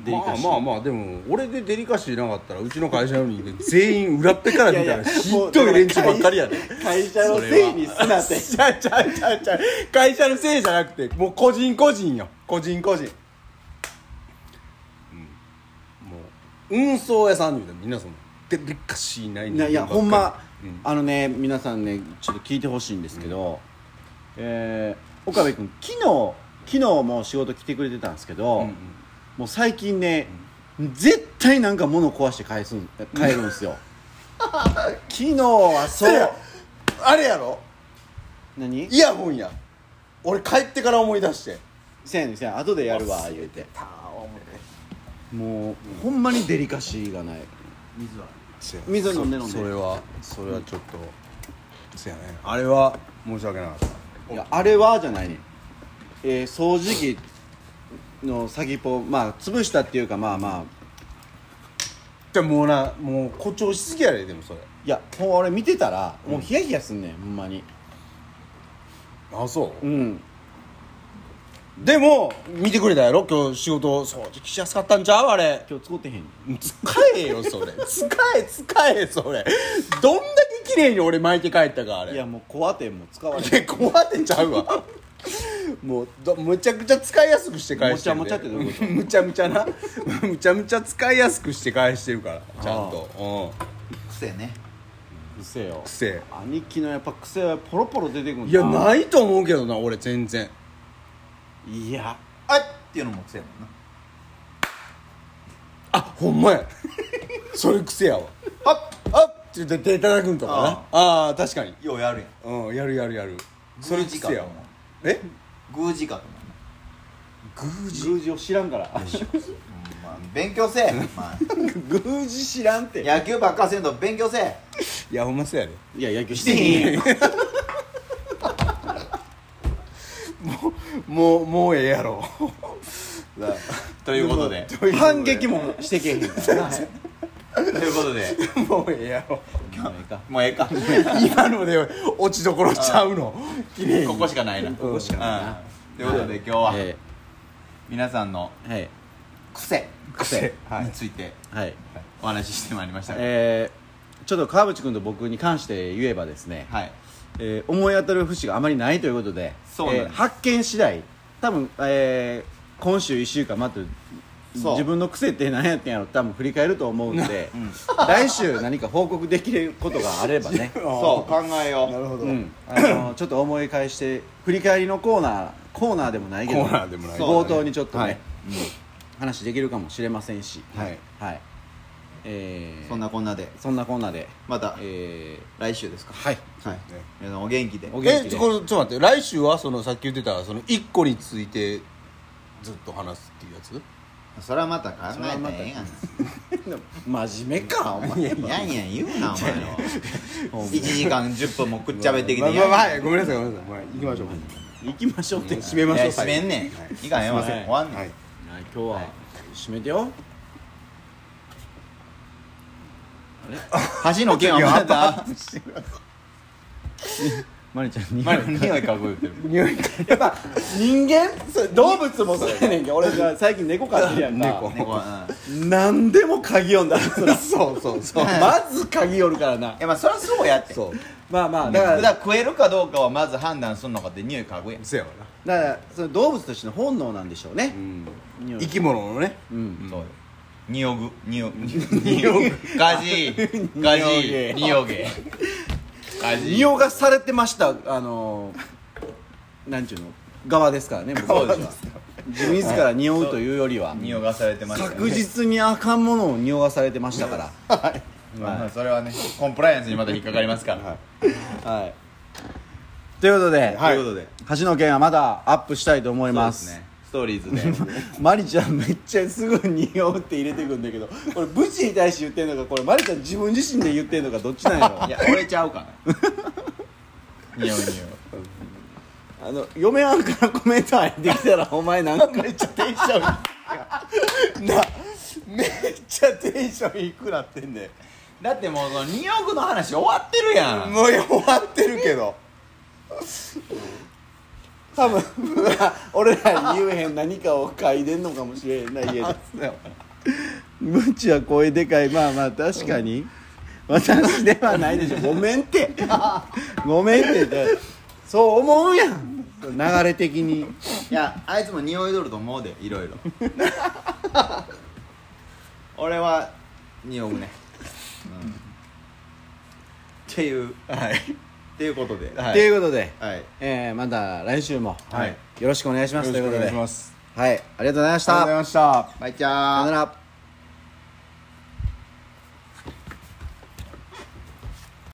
A: デリカシー
B: まあまあまあでも俺でデリカシーなかったらうちの会社の人間全員裏っぺからみたいなひっどい連中ばっかりやで、ね、
D: 会社のせいにすなって
B: ちゃうちゃうちゃうちゃう会社のせいじゃなくてもう個人個人よ個人個人うんもう運送屋さんみたいなみんなそのデリカシーない
A: いやいやほんま、
B: うん
A: あのね皆さんねちょっと聞いてほしいんですけど、えー岡部君昨日昨日も仕事来てくれてたんですけど、もう最近ね、絶対なんか物壊して返すん帰るん (laughs) ですよ昨日はそう
B: あれやろ
A: 何
B: イヤホンや俺帰ってから思い出して
A: せやねんせやねん後でやるわ言うて
D: たー思って
A: もう、ほんまにデリカシーがない
C: 水は
A: 水飲んで飲んで
B: そそれはそれはちょっと、そうやねあれは申し訳なかった
A: いやあれはじゃないねん、えー掃除機の先っぽまあ潰したっていうかまあまあ
B: じゃあもうなもう誇張しすぎやででもそれ
A: いやほんま俺見てたらもうヒヤヒヤすんねん、ほんまに
B: あそううんでも見てくれたやろ今日仕事掃除しやすかったんちゃうあれ
A: 今日使ってへん
B: 使えよそれ (laughs) 使え使えそれどんだけ綺麗に俺巻いて帰ったかあれ
A: いやもう怖てんもう使われへん
B: 結構壊ってちゃうわもうどむちゃくちゃ使いやすくして返してるで
A: むちゃむちゃってどういうこと
B: むちゃむちゃなむちゃむちゃ使いやすくして返してるからちゃんとうん
C: 癖ね
A: うせえ (laughs) よ
B: 癖
A: 兄貴のやっぱ癖はポロポロ出てくるん
B: いやないいと思うけどな俺全然
A: いや
C: あっっていうのも癖やもんな
B: あほんまやそれ癖やわあっ (laughs) あっって言って手叩くんとかなああー確かに
C: ようやるやん
B: うんやるやるやるそれ癖やわえ
C: 宮司かと思
A: 宮司を知らん (laughs) から
C: うなまあ勉強せえ、 (laughs) まあ、
A: 宮司知らんて
C: 野球ばっかせんと勉強せえ
B: いやほんまそうやで
A: いや野球してへんやん
B: もうもうええや
C: (laughs)
B: ろな
C: という (laughs) ことで
B: ということで
A: 反撃もしてけへんから (laughs)
C: ということで
B: もうええやろ
C: もうええか
B: 今ので落ちどころちゃうの綺麗
C: こ
B: に
C: こしかないなここしか
A: ないな
C: ということで今日は
A: え
C: 皆さんの
A: えはい
C: 癖
B: 癖はい
C: について
A: はい
C: お話ししてまいりましたが
A: えーちょっと川淵君と僕に関して言えばですね、
C: はい
A: えー思い当たる節があまりないということで
C: そうなんで
A: え
C: す
A: ー発見次第多分、えー今週1週間待って
C: そう
A: 自分の癖って何やってんやろ多分振り返ると思うんで、来週何か報告できることがあればね、
C: そう考えよう
B: なるほど、
A: うん、あのちょっと思い返して振り返りのコーナーコーナーでもないけど
B: コーナーでもないけど
A: 冒頭にちょっとね、
B: はい
A: うん話できるかもしれませんし
B: はい、
A: はいえー
C: そんなこんなで
A: そんなこんなで
C: また
A: え
C: 来週ですか
A: ーはい
C: はい皆さんお元気で
A: お元
B: え
A: 気
B: ち
A: で
B: ょこれちょっと待って来週はそのさっき言ってたその一個についてずっと話すっていうやつ
C: それはまた考えたらええやん
A: 真面目かお前
C: いやいや言うなお前の1時間10分もくっちゃべってき
B: ま
C: て
B: あまあ
C: いや
B: まあはいごめんなさいごめんなさい、まあ、行きましょう、
A: 行きましょうって締
B: めましょう
C: 閉めんねんいかへんわ
A: すいません
C: 終
B: は
C: わんね
B: い
C: ん
A: はい今日は締めてよ
C: 箸の剣はまだ
A: マ
C: (laughs)
A: リちゃんに
C: まだ匂いかぶってる
B: 匂い嗅いで
A: 人間それ動物もそうやねんけど俺が最近猫飼ってるやんか
C: 猫はうん
A: 何でも鍵読んだあいつら
B: (laughs) そうそうそう
A: まず鍵読るからない
C: やまあそりゃそうやって
B: そう
A: まあまあだ
C: だ
A: か
C: からら
A: だか
C: 食えるかどうかをまず判断するのかって匂い嗅ぐやん
B: せやわな
A: らその動物としての本能なんでしょうね
B: うん
A: 匂い
B: 生き物のね
A: うん
C: そうよ匂ぐ匂ぐ匂ぐガジガジ匂げガジ
A: 匂がされてましたあのーなんちゅうの側ですからね僕
C: そう
A: た
C: で
A: ち
C: す
A: は自ら匂うというよりは
C: 匂がされてましたね
A: 確実にあかんものを匂わされてましたから
C: まあそれはねコンプライアンスにまた引っかかりますから
A: はいということで、
C: はいということで
A: 橋の剣はまだアップしたいと思います
C: そうですねストーリーズ (laughs) で
A: マリちゃんめっちゃすぐ匂うって入れてくんだけどこれブチに対して言ってんのかこれマリちゃん自分自身で言ってんのかどっちなんやろ
C: (laughs) いや俺ちゃうかな匂う匂う
A: あの嫁はんからコメント入ってきたらお前なんかめっちゃテンション
B: な (laughs) めっちゃテンション低くなってんで
C: だってもうその匂ぐの話終わってるやん (laughs)
B: もう終わってるけど
A: 多分 (laughs) 俺らに言えへん何かを嗅いでんのかもしれへんな家でムチは声でかいまあまあ確かに私ではないでしょごめんってごめんってってそう思うやん流れ的に
C: いやあいつも匂いどると思うでいろい (laughs) ろ俺は匂うね、うんっていうはいっていうことで
A: と、、
C: はい
A: うことで、
C: はい
A: えーまた来週も、
C: はい
A: よろしくお願いしますということで
C: す
A: はいありがとうございました
C: ありがとうございましたバイチャー
A: さよなら